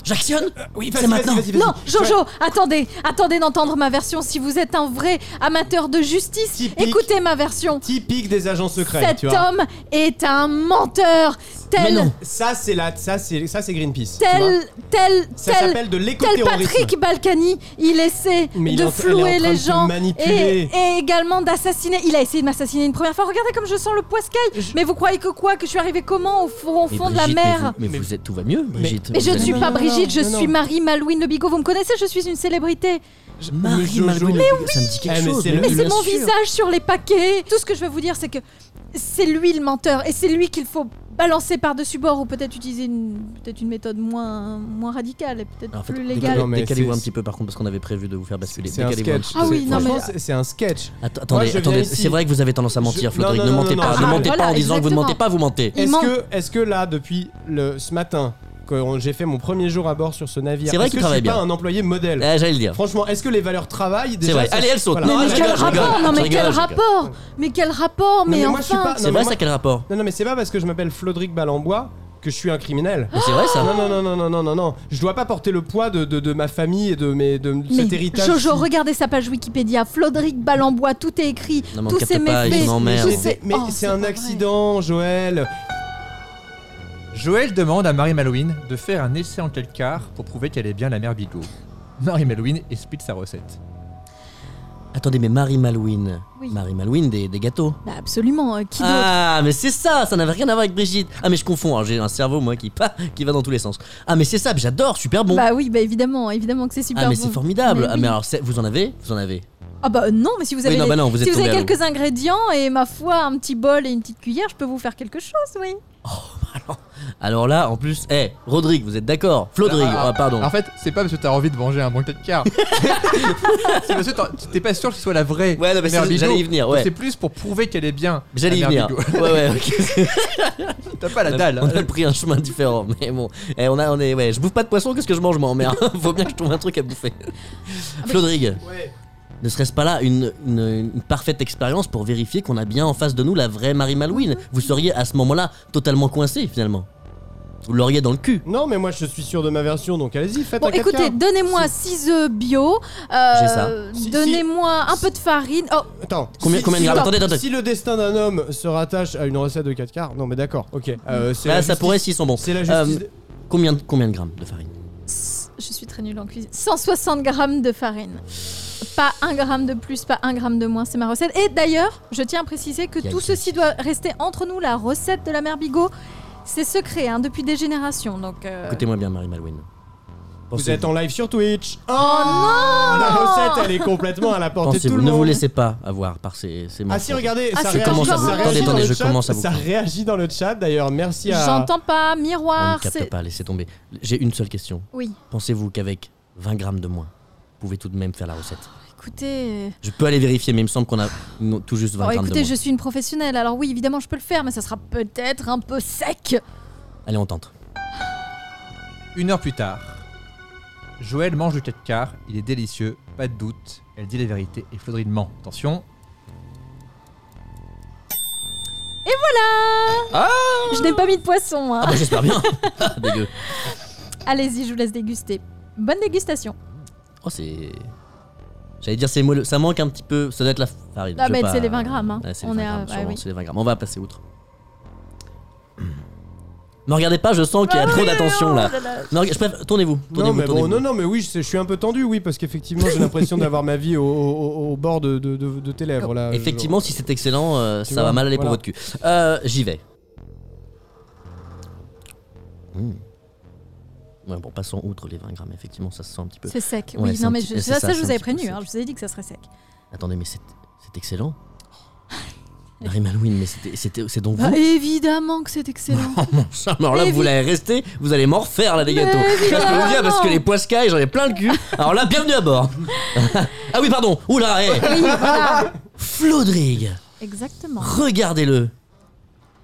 F: J'actionne
A: Oui,
F: C'est maintenant.
E: Non, Jojo, attendez, attendez d'entendre ma version. Si vous êtes un vrai amateur de justice,
D: Typique.
E: écoutez ma version.
D: Typique des agents secrets,
E: Cet
D: tu vois.
E: homme est un menteur,
F: Mais
E: tel,
F: non.
D: Ça, c'est la, ça, c'est, ça, c'est Greenpeace. tu vois.
E: tel, tel,
D: Ça
E: tel,
D: s'appelle de
E: tel
D: l'écoterrorisme.
E: Patrick Balkany. Il essaie
D: Mais il est en- elle est
E: de
D: en
E: flouer
D: train
E: les
D: de te
E: gens et,
D: manipuler.
E: et également d'assassiner. Il a essayé de m'assassiner une première fois. Regardez comme je sens le poiscaille. Mais vous croyez que quoi Que je suis arrivée comment au fond, au fond de la
F: Brigitte,
E: mer
F: Mais, vous, mais vous êtes, tout va mieux, Brigitte.
E: Mais je ne
F: Vous
E: suis
F: allez-
E: pas
D: non,
E: Brigitte, je
D: non, Euh, non.
E: suis Marie Malouine Le Bigot. Vous me connaissez, je suis une célébrité.
D: Mais
F: Marie
D: Jojo,
F: Malouine,
D: mais
F: ça me dit quelque
D: Eh, mais
F: chose.
D: c'est le- Mais
E: Mais c'est
F: bien
E: mon
F: sûr.
E: visage sur les paquets. Tout ce que je veux vous dire, c'est que c'est lui le menteur et c'est lui qu'il faut balancer par-dessus bord ou peut-être utiliser une, peut-être une méthode moins, moins radicale et peut-être
F: Alors, en fait,
E: plus
F: décalez-
D: Non,
E: légale.
D: mais
F: Décalez-vous
D: c'est-
F: un petit peu par contre parce qu'on avait prévu de vous faire basculer.
D: C'est un
F: Décalez-vous
D: sketch.
F: petit peu.
E: Ah oui, non, mais-
D: Franchement, c'est- c'est un sketch.
F: Att- attendez,
D: je viens
F: attendez.
D: ici.
F: C'est vrai que vous avez tendance à mentir,
D: Je-
F: Flodrig.
D: non,
F: Ne
D: non,
F: mentez
D: non,
F: pas.
D: non,
F: Ne
D: non.
F: mentez
E: Voilà,
F: pas en disant que vous ne mentez pas, vous mentez.
E: Il
D: Est-ce
E: ment.
D: que, est-ce que là, depuis le, ce matin, quand j'ai fait mon premier jour à bord sur ce navire,
F: C'est vrai
D: est-ce
F: qu'il
D: que je suis
F: travaille
D: pas
F: bien.
D: un employé modèle
F: Eh, J'allais le dire.
D: Franchement, est-ce que les valeurs travail
F: C'est
D: déjà
F: vrai.
D: ça-
F: Allez, elle saute.
D: Voilà. Ah,
F: Non,
E: Mais
F: je
E: quel
F: rigole, je
E: rapport
F: rigole,
E: Non
F: je
E: mais
F: rigole,
E: quel
F: je rigole.
E: rapport Mais quel rapport
D: Non,
E: Mais
D: mais moi, je suis
E: enfin
D: pas-
F: C'est
D: Non,
F: vrai,
D: mais
F: ça, quel rapport
D: Non, non, mais c'est pas parce que je m'appelle Flodric Balambois que je suis un criminel.
F: Mais C'est vrai, ça.
D: Non, non, non, non, non, non, non, non. Je dois pas porter le poids de, de, de ma famille et de, mes, de
E: mais
D: cet héritage.
E: Jojo,
D: si-
E: regardez sa page Wikipédia, Flodric Balambois, tout est écrit,
F: Non, mais on
E: tous
F: capte
E: ses
F: pas, ils
E: méfaits,
F: sont en
E: tous
F: merde.
D: Mais,
E: ses-
D: mais
E: Oh,
D: c'est
E: pas
D: un
E: vrai.
D: accident, Joël.
C: Joël demande à Marie Malouine de faire un essai en quelque quart pour prouver qu'elle est bien la mère Bigot. Marie Malouine explique sa recette.
F: Attendez, mais Marie Malouine.
E: Oui.
F: Marie Malouine des, des gâteaux.
E: Bah, absolument, euh, qui d'autre
F: Ah, mais c'est ça, ça n'avait rien à voir avec Brigitte. Ah, mais je confonds, alors j'ai un cerveau, moi, qui, pa- <laughs> qui va dans tous les sens. Ah, mais c'est ça, mais j'adore, super bon.
E: Bah oui, bah évidemment, évidemment que c'est super
F: ah, mais
E: bon.
F: c'est formidable.
E: Mais
F: ah, mais
E: oui.
F: alors, c'est- vous en avez Vous en avez.
E: Ah bah non, mais si vous avez,
F: oui, non,
E: des-
F: bah non, vous êtes
E: si vous
F: tombé
E: avez
F: à l'eau.
E: quelques ingrédients et ma foi, un petit bol et une petite cuillère, je peux vous faire quelque chose, oui.
F: Alors là, en plus, eh, Rodrigue, vous êtes d'accord Flodrigue,
C: Ah,
F: ah, pardon.
C: En fait, c'est pas parce que t'as envie de manger un bon de
F: <laughs>
C: quart. c'est parce que t'en- t'es pas sûr que ce soit la vraie.
F: Ouais, non, mais
C: mère
F: c'est-
C: Bigot.
F: j'allais y venir, ouais.
C: C'est plus pour prouver qu'elle est bien.
F: J'allais
D: ah,
F: y
C: la
F: venir.
C: mère
F: Ouais, ouais,
D: <laughs>
F: ok.
C: Bigot. <laughs> T'as pas la
F: On a-
C: dalle. hein.
F: On a pris un chemin différent, <laughs> mais bon. Eh, on a, on est, ouais, je bouffe pas de poisson, qu'est-ce que je mange, moi, en mer <laughs> Faut bien que je trouve un truc à bouffer. Flodrigue,
D: Ouais.
F: ne serait-ce pas là une, une- une parfaite expérience pour vérifier qu'on a bien en face de nous la vraie Marie Malouine Vous seriez à ce moment-là totalement coincé, finalement. Vous l'auriez dans le cul.
D: Non, mais moi je suis sûr de ma version, donc allez-y, faites
E: Bon,
D: un
E: écoutez,
D: caca.
E: donnez-moi 6 œufs bio, euh,
F: hein. J'ai ça.
D: Si-
E: donnez-moi un peu de farine. Oh,
D: Attends,
F: Combien,
D: si-
F: combien de
D: si-
F: grammes Attendez, attendez.
D: Si le destin d'un homme se rattache à une recette de 4 quarts, non mais d'accord, ok. Euh, c'est
F: Ah,
D: la
F: ça
D: justice-
F: pourrait s'ils sont bons.
D: C'est la justice.
F: Euh, combien, de- combien de grammes de farine
E: je suis très nulle en cuisine. 160 grammes de farine. Pas un gramme de plus, pas un gramme de moins, c'est ma recette. Et d'ailleurs, je tiens à préciser que
F: Y'a-
E: tout ceci doit rester entre nous, la recette de la mère Bigot. C'est secret, hein, depuis des générations, donc... euh,
F: Écoutez-moi bien, Marie Malouine.
D: Vous êtes en live sur Twitch.
E: Oh non
D: La recette, elle est complètement à la portée de tout
F: Pensez-vous,
D: le
F: ne
D: monde.
F: vous laissez pas avoir par ces, ces
D: Ah
F: mensonges.
D: si, regardez,
E: Ah,
D: ça
E: c'est
D: réagit,
E: comment ça
D: ça
E: vous-
D: réagit
E: Attendez,
D: dans
F: attendez,
D: le
F: je
D: chat,
F: commence à vous
D: Ça
F: comprendre.
D: réagit dans le chat d'ailleurs, merci à...
E: J'entends pas,
F: On ne
E: miroir,
F: capte
E: Ah, c'est...
F: pas, laissez tomber. J'ai une seule question.
E: Oui,
F: Pensez-vous qu'avec 20 grammes de moins, vous pouvez tout de même faire la recette
E: écoutez...
F: Je peux aller vérifier, mais il me semble qu'on a non, tout juste 20
E: Bon,
F: grammes de
E: Oh, écoutez,
F: moins.
E: je suis une professionnelle, alors oui, évidemment, je peux le faire, mais ça sera peut-être un peu sec.
F: Allez, on tente.
C: Une heure plus tard, Joël mange le 4 quarts, il est délicieux, pas de doute, elle dit la vérité et Flodrine ment. Attention.
E: Je n'ai pas mis de poisson, hein.
F: Ah bah,
E: <laughs>
F: j'espère bien Dégueu.
E: Allez-y, je vous laisse déguster. Bonne dégustation.
F: Oh, c'est... J'allais dire, c'est moelleux. Ça manque un petit peu. Ça doit être la farine.
E: Ah,
F: je sais
E: mais
F: pas.
E: c'est les 20 grammes, hein.
F: Ouais, c'est
E: On
F: les 20
E: est à-
F: grammes,
E: ouais,
F: sûrement,
E: oui.
F: c'est les 20 grammes. On va passer outre. <clears throat> Ne regardez pas, je sens qu'il y a trop d'attention là.
E: Oh là là.
F: Non, je préfère... Tournez-vous.
D: Non
F: Tournez-vous,
D: mais bon,
F: tournez-vous.
D: non, non mais oui, je, sais- je suis un peu tendu, oui, parce qu'effectivement j'ai l'impression d'avoir ma vie au, au- au bord de, de- de- de tes lèvres là.
E: Ah,
F: Effectivement, si c'est excellent, euh,
D: Tu
F: ça va
D: vois,
F: mal aller pour
D: voilà.
F: votre cul. Euh, J'y vais. Mm.
E: Hmm.
F: Ouais, bon, passons outre les 20 grammes, effectivement, ça se sent un petit peu.
E: C'est sec,
F: Ouais,
E: oui.
F: c'est
E: Non,
F: un
E: mais je,
F: petit- c'est
E: ça,
F: ça,
E: ça,
F: c'est
E: je
F: un
E: vous avais
F: petit peu
E: prévenu,
F: sec.
E: hein, je vous avais dit que ça serait sec.
F: Attendez, mais c'est
E: <laughs>
F: c'est excellent. Marie Malouine, mais c'était- c'était- c'est donc
E: Bah,
F: vous.
E: évidemment que c'est excellent.
F: Oh mon chat, mais alors là,
E: Mais
F: vous
E: évi-
F: l'avez resté, vous allez m'en refaire là, les
E: Mais
F: gâteaux. Ça, je peux vous dire, parce que
E: évidemment.
F: les poiscailles, j'en ai plein le cul. Alors là, bienvenue à bord. <laughs> ah oui, pardon. Oula, hé.
E: oui, voilà.
F: Flodrig,
E: <laughs> Exactement.
F: regardez-le.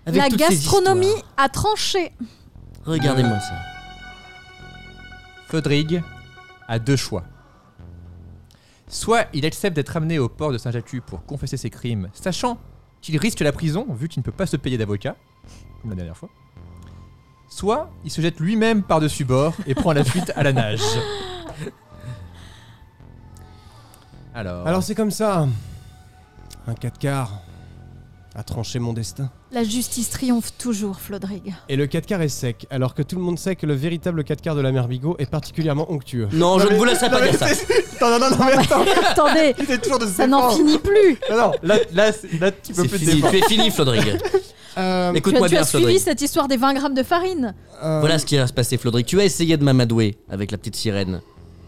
F: Avec
E: La
F: toutes ces
E: gastronomie
F: histoires.
E: a tranché.
F: Regardez-moi ça.
C: Flodrig a deux choix. Soit il accepte d'être amené au port de Saint-Jacques pour confesser ses crimes, sachant qu'il risque la prison vu qu'il ne peut pas se payer d'avocat, comme la dernière fois. Soit il se jette lui-même par-dessus bord et prend la fuite à la <laughs> nage. Alors,
D: Alors c'est comme ça. Un 4 quarts a tranché mon destin.
E: La justice triomphe toujours, Flodrig.
D: Et le 4 quarts est sec, alors que tout le monde sait que le véritable 4 quarts de la mer Bigot est particulièrement onctueux.
F: Non, je ne vous laisserai pas dire ça.
C: non, non, non, non, mais attends,
E: <laughs> Attendez,
C: il est toujours de se
E: ça n'en
F: Oh.
C: défendre.
E: finit plus.
C: Non, non, là, là, c'est- là, tu peux
F: C'est
C: plus te
F: fini,
C: défendre.
F: tu es fini, <laughs> Flodrig.
D: Euh,
E: Tu as,
F: Écoute-moi
E: tu
F: bien,
E: as suivi
F: Flodrig.
E: cette histoire des 20 grammes de farine.
D: euh,
F: Voilà ce qui va se passer, Flodrig. Tu as essayé de m'amadouer avec la petite sirène.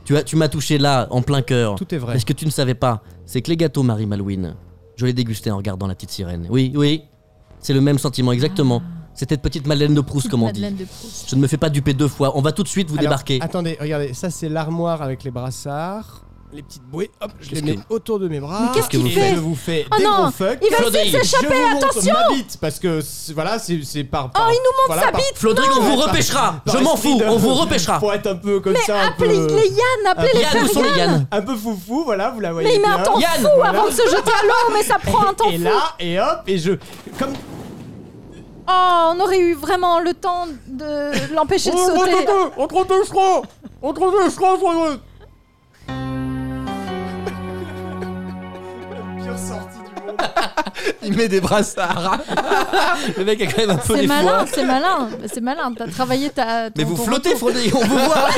F: Tu as, tu m'as touché là, en plein cœur.
D: Tout est vrai.
F: Mais ce que tu ne savais pas, c'est que les gâteaux Marie Malouine, je les dégustais en regardant la petite sirène. Oui, oui, c'est le même sentiment exactement. C'était de petite Madeleine de Proust, comme on dit.
E: Ah. Madeleine de Proust.
F: Je ne me fais pas duper deux fois. On va tout de suite vous
D: Alors,
F: débarquer.
D: Attendez, regardez, ça c'est l'armoire avec les brassards, les petites bouées, hop, je les
F: Qu'est-ce
D: mets
F: que-
D: autour de mes bras.
E: Mais qu'est-ce
F: qu'il
D: Et
F: fait
D: Je vous fais
E: Oh
D: des
E: non,
D: gros fucks.
E: il va essayer de
D: s'échapper, attention ma bite, parce que c'est- voilà, c'est c'est par,
E: oh,
D: par. il nous montre sa bite
F: Flodrig, on vous repêchera. Je m'en fous, on
D: euh, <laughs>
F: vous repêchera.
D: Pour être un peu comme ça, un peu,
E: Appelez les Yann, appelez les
F: Yann, où sont les Yann
D: un peu foufou, voilà, vous la voyez
E: Mais il met
D: bien.
E: un temps
F: Yann,
E: fou avant de se jeter à l'eau, mais ça prend un temps
D: Et
E: fou.
D: là, et hop, et je... Comme...
E: Oh, on aurait eu vraiment le temps de l'empêcher
D: Oh,
E: de sauter.
D: on trouve deux francs On trouve deux francs, soyeux La pire sortie du monde
C: Il met des brassards.
F: <laughs> Le mec a quand même un peu
E: C'est
F: les
E: malin,
F: foies.
E: c'est malin, c'est malin. T'as travaillé ta. ton-
F: Mais vous hein.
E: ton-
F: flottez, Flodrig, on
C: <laughs>
F: vous voit.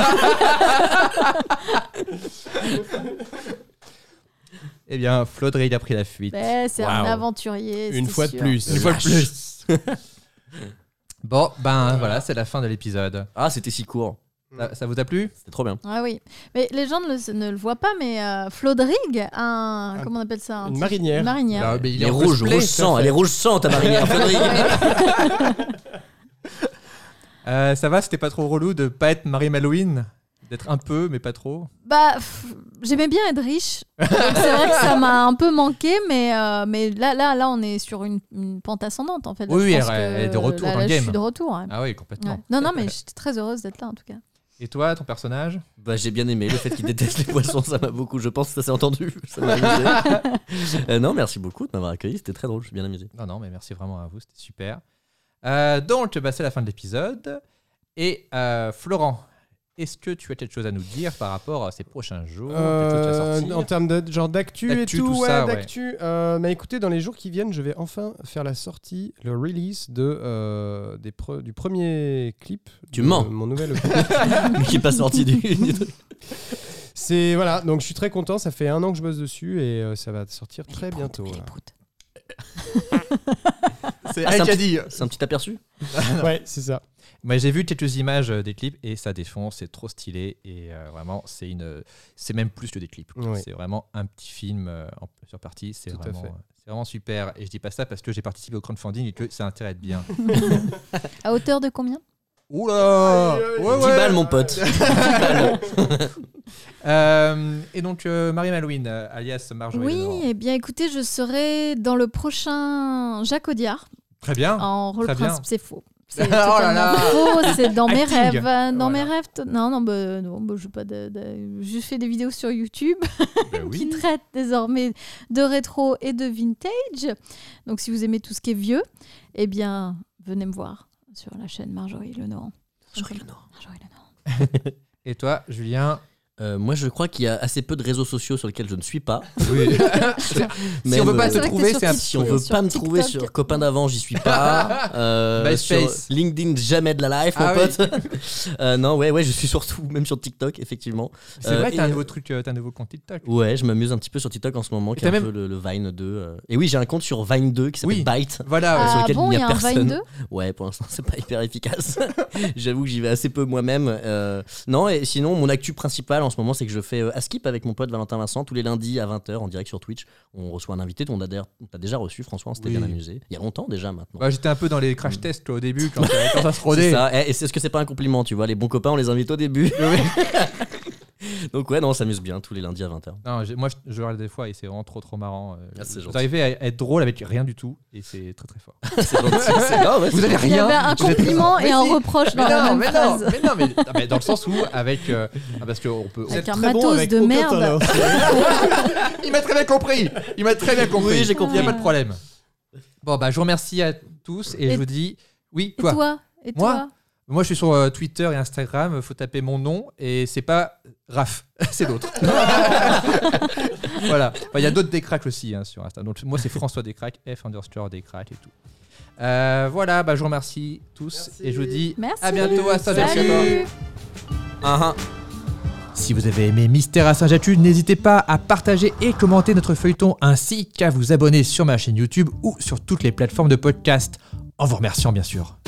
C: Eh bien, Flodrig a pris la fuite.
E: Ouais, Eh, c'est un
C: Waouh.
E: aventurier.
D: Une
E: c'est
D: fois de
E: sûr.
D: plus.
C: Une fois de plus. bon, ben voilà, c'est la fin de l'épisode.
F: Ah, c'était si court.
C: Ça, ça vous a plu
F: C'était trop bien.
E: Ah oui, mais les gens ne le, ne le voient pas, mais euh, Flodrig a un,
D: Un-
E: comment on appelle ça un
D: Une
E: t-
D: marinière.
E: Une marinière.
C: Bah, mais
F: Il est rouge,
C: cosplay.
F: rouge sang. Elle est rouge sang, hein, ta marinière, Flodrig.
C: <laughs> Euh, ça va, c'était pas trop relou de pas être Marie Malouine D'être un peu, mais pas trop
E: Bah, pff, j'aimais bien être riche. Donc, C'est vrai que
C: <laughs>
E: ça m'a un peu manqué, mais euh, mais là là là, on est sur une, une pente ascendante en fait. Là,
C: Oui,
E: je
C: oui,
E: pense
C: elle-
E: que
C: elle est de retour
E: là,
C: dans
E: là,
C: le
E: Je
C: game.
E: suis de retour. ouais.
C: Ah oui,
E: Ouais.
C: complètement.
E: Non non, mais j'étais très heureuse d'être là en tout cas.
C: Et toi, ton personnage
F: Bah, j'ai bien aimé le fait qu'il déteste les poissons, ça m'a beaucoup, je pense que ça s'est entendu. Ça m'a
C: <laughs>
F: amusé. Euh, non, merci beaucoup de m'avoir accueilli, c'était très drôle, je suis bien amusé.
C: Non, non, mais merci vraiment à vous, c'était super. Euh, donc, bah, c'est la fin de l'épisode. Et euh, Florent, est-ce que tu as quelque chose à nous dire par rapport à ces prochains jours quelque chose qui va
D: Euh,
C: sortir
D: en termes de genre d'actu et
C: D'actu,
D: tout,
C: tout
D: ouais,
C: ça, ouais.
D: d'actu. Euh, bah écoutez, dans les jours qui viennent, je vais enfin faire la sortie, le release de euh, des pre- du premier clip.
F: Tu
D: de
F: mens.
D: Mon nouvel. E EP.
F: Lui qui est pas sorti du, du truc.
D: C'est voilà, donc je suis très content. Ça fait un an que je bosse dessus et euh, ça va sortir très
E: Elle est proute,
D: bientôt.
E: elle est
D: là.
E: proute.
C: C'est
F: Ah,
C: elle
F: c'est
C: qui
F: un
C: a dit.
F: C'est un petit aperçu
D: Ouais, c'est ça.
C: Mais j'ai vu quelques images euh, des clips et ça défonce, c'est trop stylé et euh, vraiment c'est une, c'est même plus que des clips. quoi.
D: Oui.
C: C'est vraiment un petit film euh, en plusieurs parties, c'est
D: Tout à
C: vraiment,
D: fait.
C: euh, c'est vraiment super. Et je dis pas ça parce que j'ai participé au crowdfunding et que ça intéresse bien.
E: À hauteur de combien
C: Oula,
D: Aïe, aïe, aïe.
C: Ouais,
F: 10
C: ouais.
F: balles, mon pote.
C: Euh, et donc euh, Marie Malouine, euh, alias Marjorie.
E: Oui,
C: Lenoir.
E: eh bien écoutez, je serai dans le prochain Jacques Audiard
C: Très bien.
E: en rôle
C: Ah, très bien.
E: principe, c'est
C: <laughs>
E: faux. C'est
C: Oh là là.
E: totalement faux, c'est dans mes
C: Acting.
E: rêves. hein, Dans
C: Voilà.
E: mes rêves, to- non, non, bah, non bah, je, veux pas de- de- je fais des vidéos sur YouTube
C: Ben oui.
E: qui traitent désormais de rétro et de vintage. Donc si vous aimez tout ce qui est vieux, eh bien venez me voir sur la chaîne Marjorie Lenoir.
F: Marjorie Lenoir.
E: Marjorie Lenoir.
C: Et toi, Julien
F: Euh, moi, je crois qu'il y a assez peu de réseaux sociaux sur lesquels je ne suis pas.
C: Oui. si on
F: Même,
C: veut pas
F: euh,
C: te
E: C'est vrai que t'es
C: trouver,
E: sur
C: c'est un.
E: Tik-
F: si on veut
E: sur
F: pas me
E: TikTok.
F: trouver sur copain d'avant, j'y suis
C: <laughs>
F: pas. Euh, sur
C: MySpace.
F: LinkedIn, jamais de la life, mon
C: Ah oui.
F: pote. <laughs> Euh, non, ouais, ouais, je suis surtout même sur TikTok, effectivement.
C: C'est vrai,
F: Euh,
C: t'as un
F: et-
C: nouveau truc, euh, t'as un nouveau compte TikTok.
F: Ouais, je m'amuse un petit peu sur TikTok en ce moment,
C: Et
F: qui est un
C: t'as même-
F: peu le, le Vine 2. euh. Et oui, j'ai un compte sur Vine 2 qui s'appelle
C: Oui.
F: Byte.
C: Voilà.
F: sur
E: Ah
F: lequel
E: bon,
F: il
E: il
F: n'y
E: y
F: a
E: a un Vine
F: personne.
E: 2
F: Ouais, pour l'instant, <laughs> c'est pas hyper efficace. <laughs> J'avoue que j'y vais assez peu moi-même. Euh, non, et sinon, mon actu principal en ce moment, c'est que je fais euh, Askip avec mon pote Valentin Vincent tous les lundis à 20h en direct sur Twitch. On reçoit un invité dont on a d'ailleurs- on t'a déjà reçu, François, on s'était
C: Oui.
F: bien amusé. Il y a longtemps déjà maintenant.
C: Ouais, Bah, J'étais un peu dans les crash tests quoi, au début quand, quand ça se
F: C'est
C: rodait.
F: ça. Eh, Et c'est ce que c'est pas un compliment, tu vois. Les bons copains, on les invite au début. <laughs> Donc ouais, non, on s'amuse bien tous les lundis à 20h.
C: Non, j'ai- moi, je, je le regarde des fois et c'est vraiment trop, trop marrant. Euh,
F: Ah, c'est
C: vous
F: gentil.
C: arrivez à être drôle avec rien du tout et c'est très, très fort.
F: C'est gentil. c'est- non, ouais,
C: Vous
F: c'est-
C: avez
E: Il y
C: rien.
E: avait un
C: vous êtes-
E: compliment
C: Mais
E: et un
C: si.
E: reproche dans
C: Mais
E: la
C: non,
E: même
C: mais non,
E: phrase.
C: mais non, mais, non, mais dans le sens où avec euh, ah, parce que on peut. on-
E: Avec un
G: Très bon
E: matos
G: avec
E: de
G: aucun
E: merde.
G: talent.
C: Il m'a très bien compris. Il m'a très bien compris.
F: Oui, j'ai
E: compris.
C: Il n'y a pas de problème. Bon bah je vous remercie à tous et,
E: Et-
C: je vous dis oui
E: Et
C: toi.
E: toi Et
C: Moi
E: toi
C: Moi je suis sur euh, Twitter et Instagram. Faut taper mon nom et c'est pas Raph, <laughs> c'est l'autre. voilà. Enfin, Il y a d'autres décraques aussi hein, sur Instagram. Donc moi c'est François Descraques, F underscore Descraques et tout. Euh, voilà, bah, je vous remercie tous et je vous dis
E: Merci.
C: à bientôt à saint
E: Salut
C: Si vous avez aimé Mystère à Saint-Jatu, n'hésitez pas à partager et commenter notre feuilleton ainsi qu'à vous abonner sur ma chaîne YouTube ou sur toutes les plateformes de podcast, en vous remerciant bien sûr.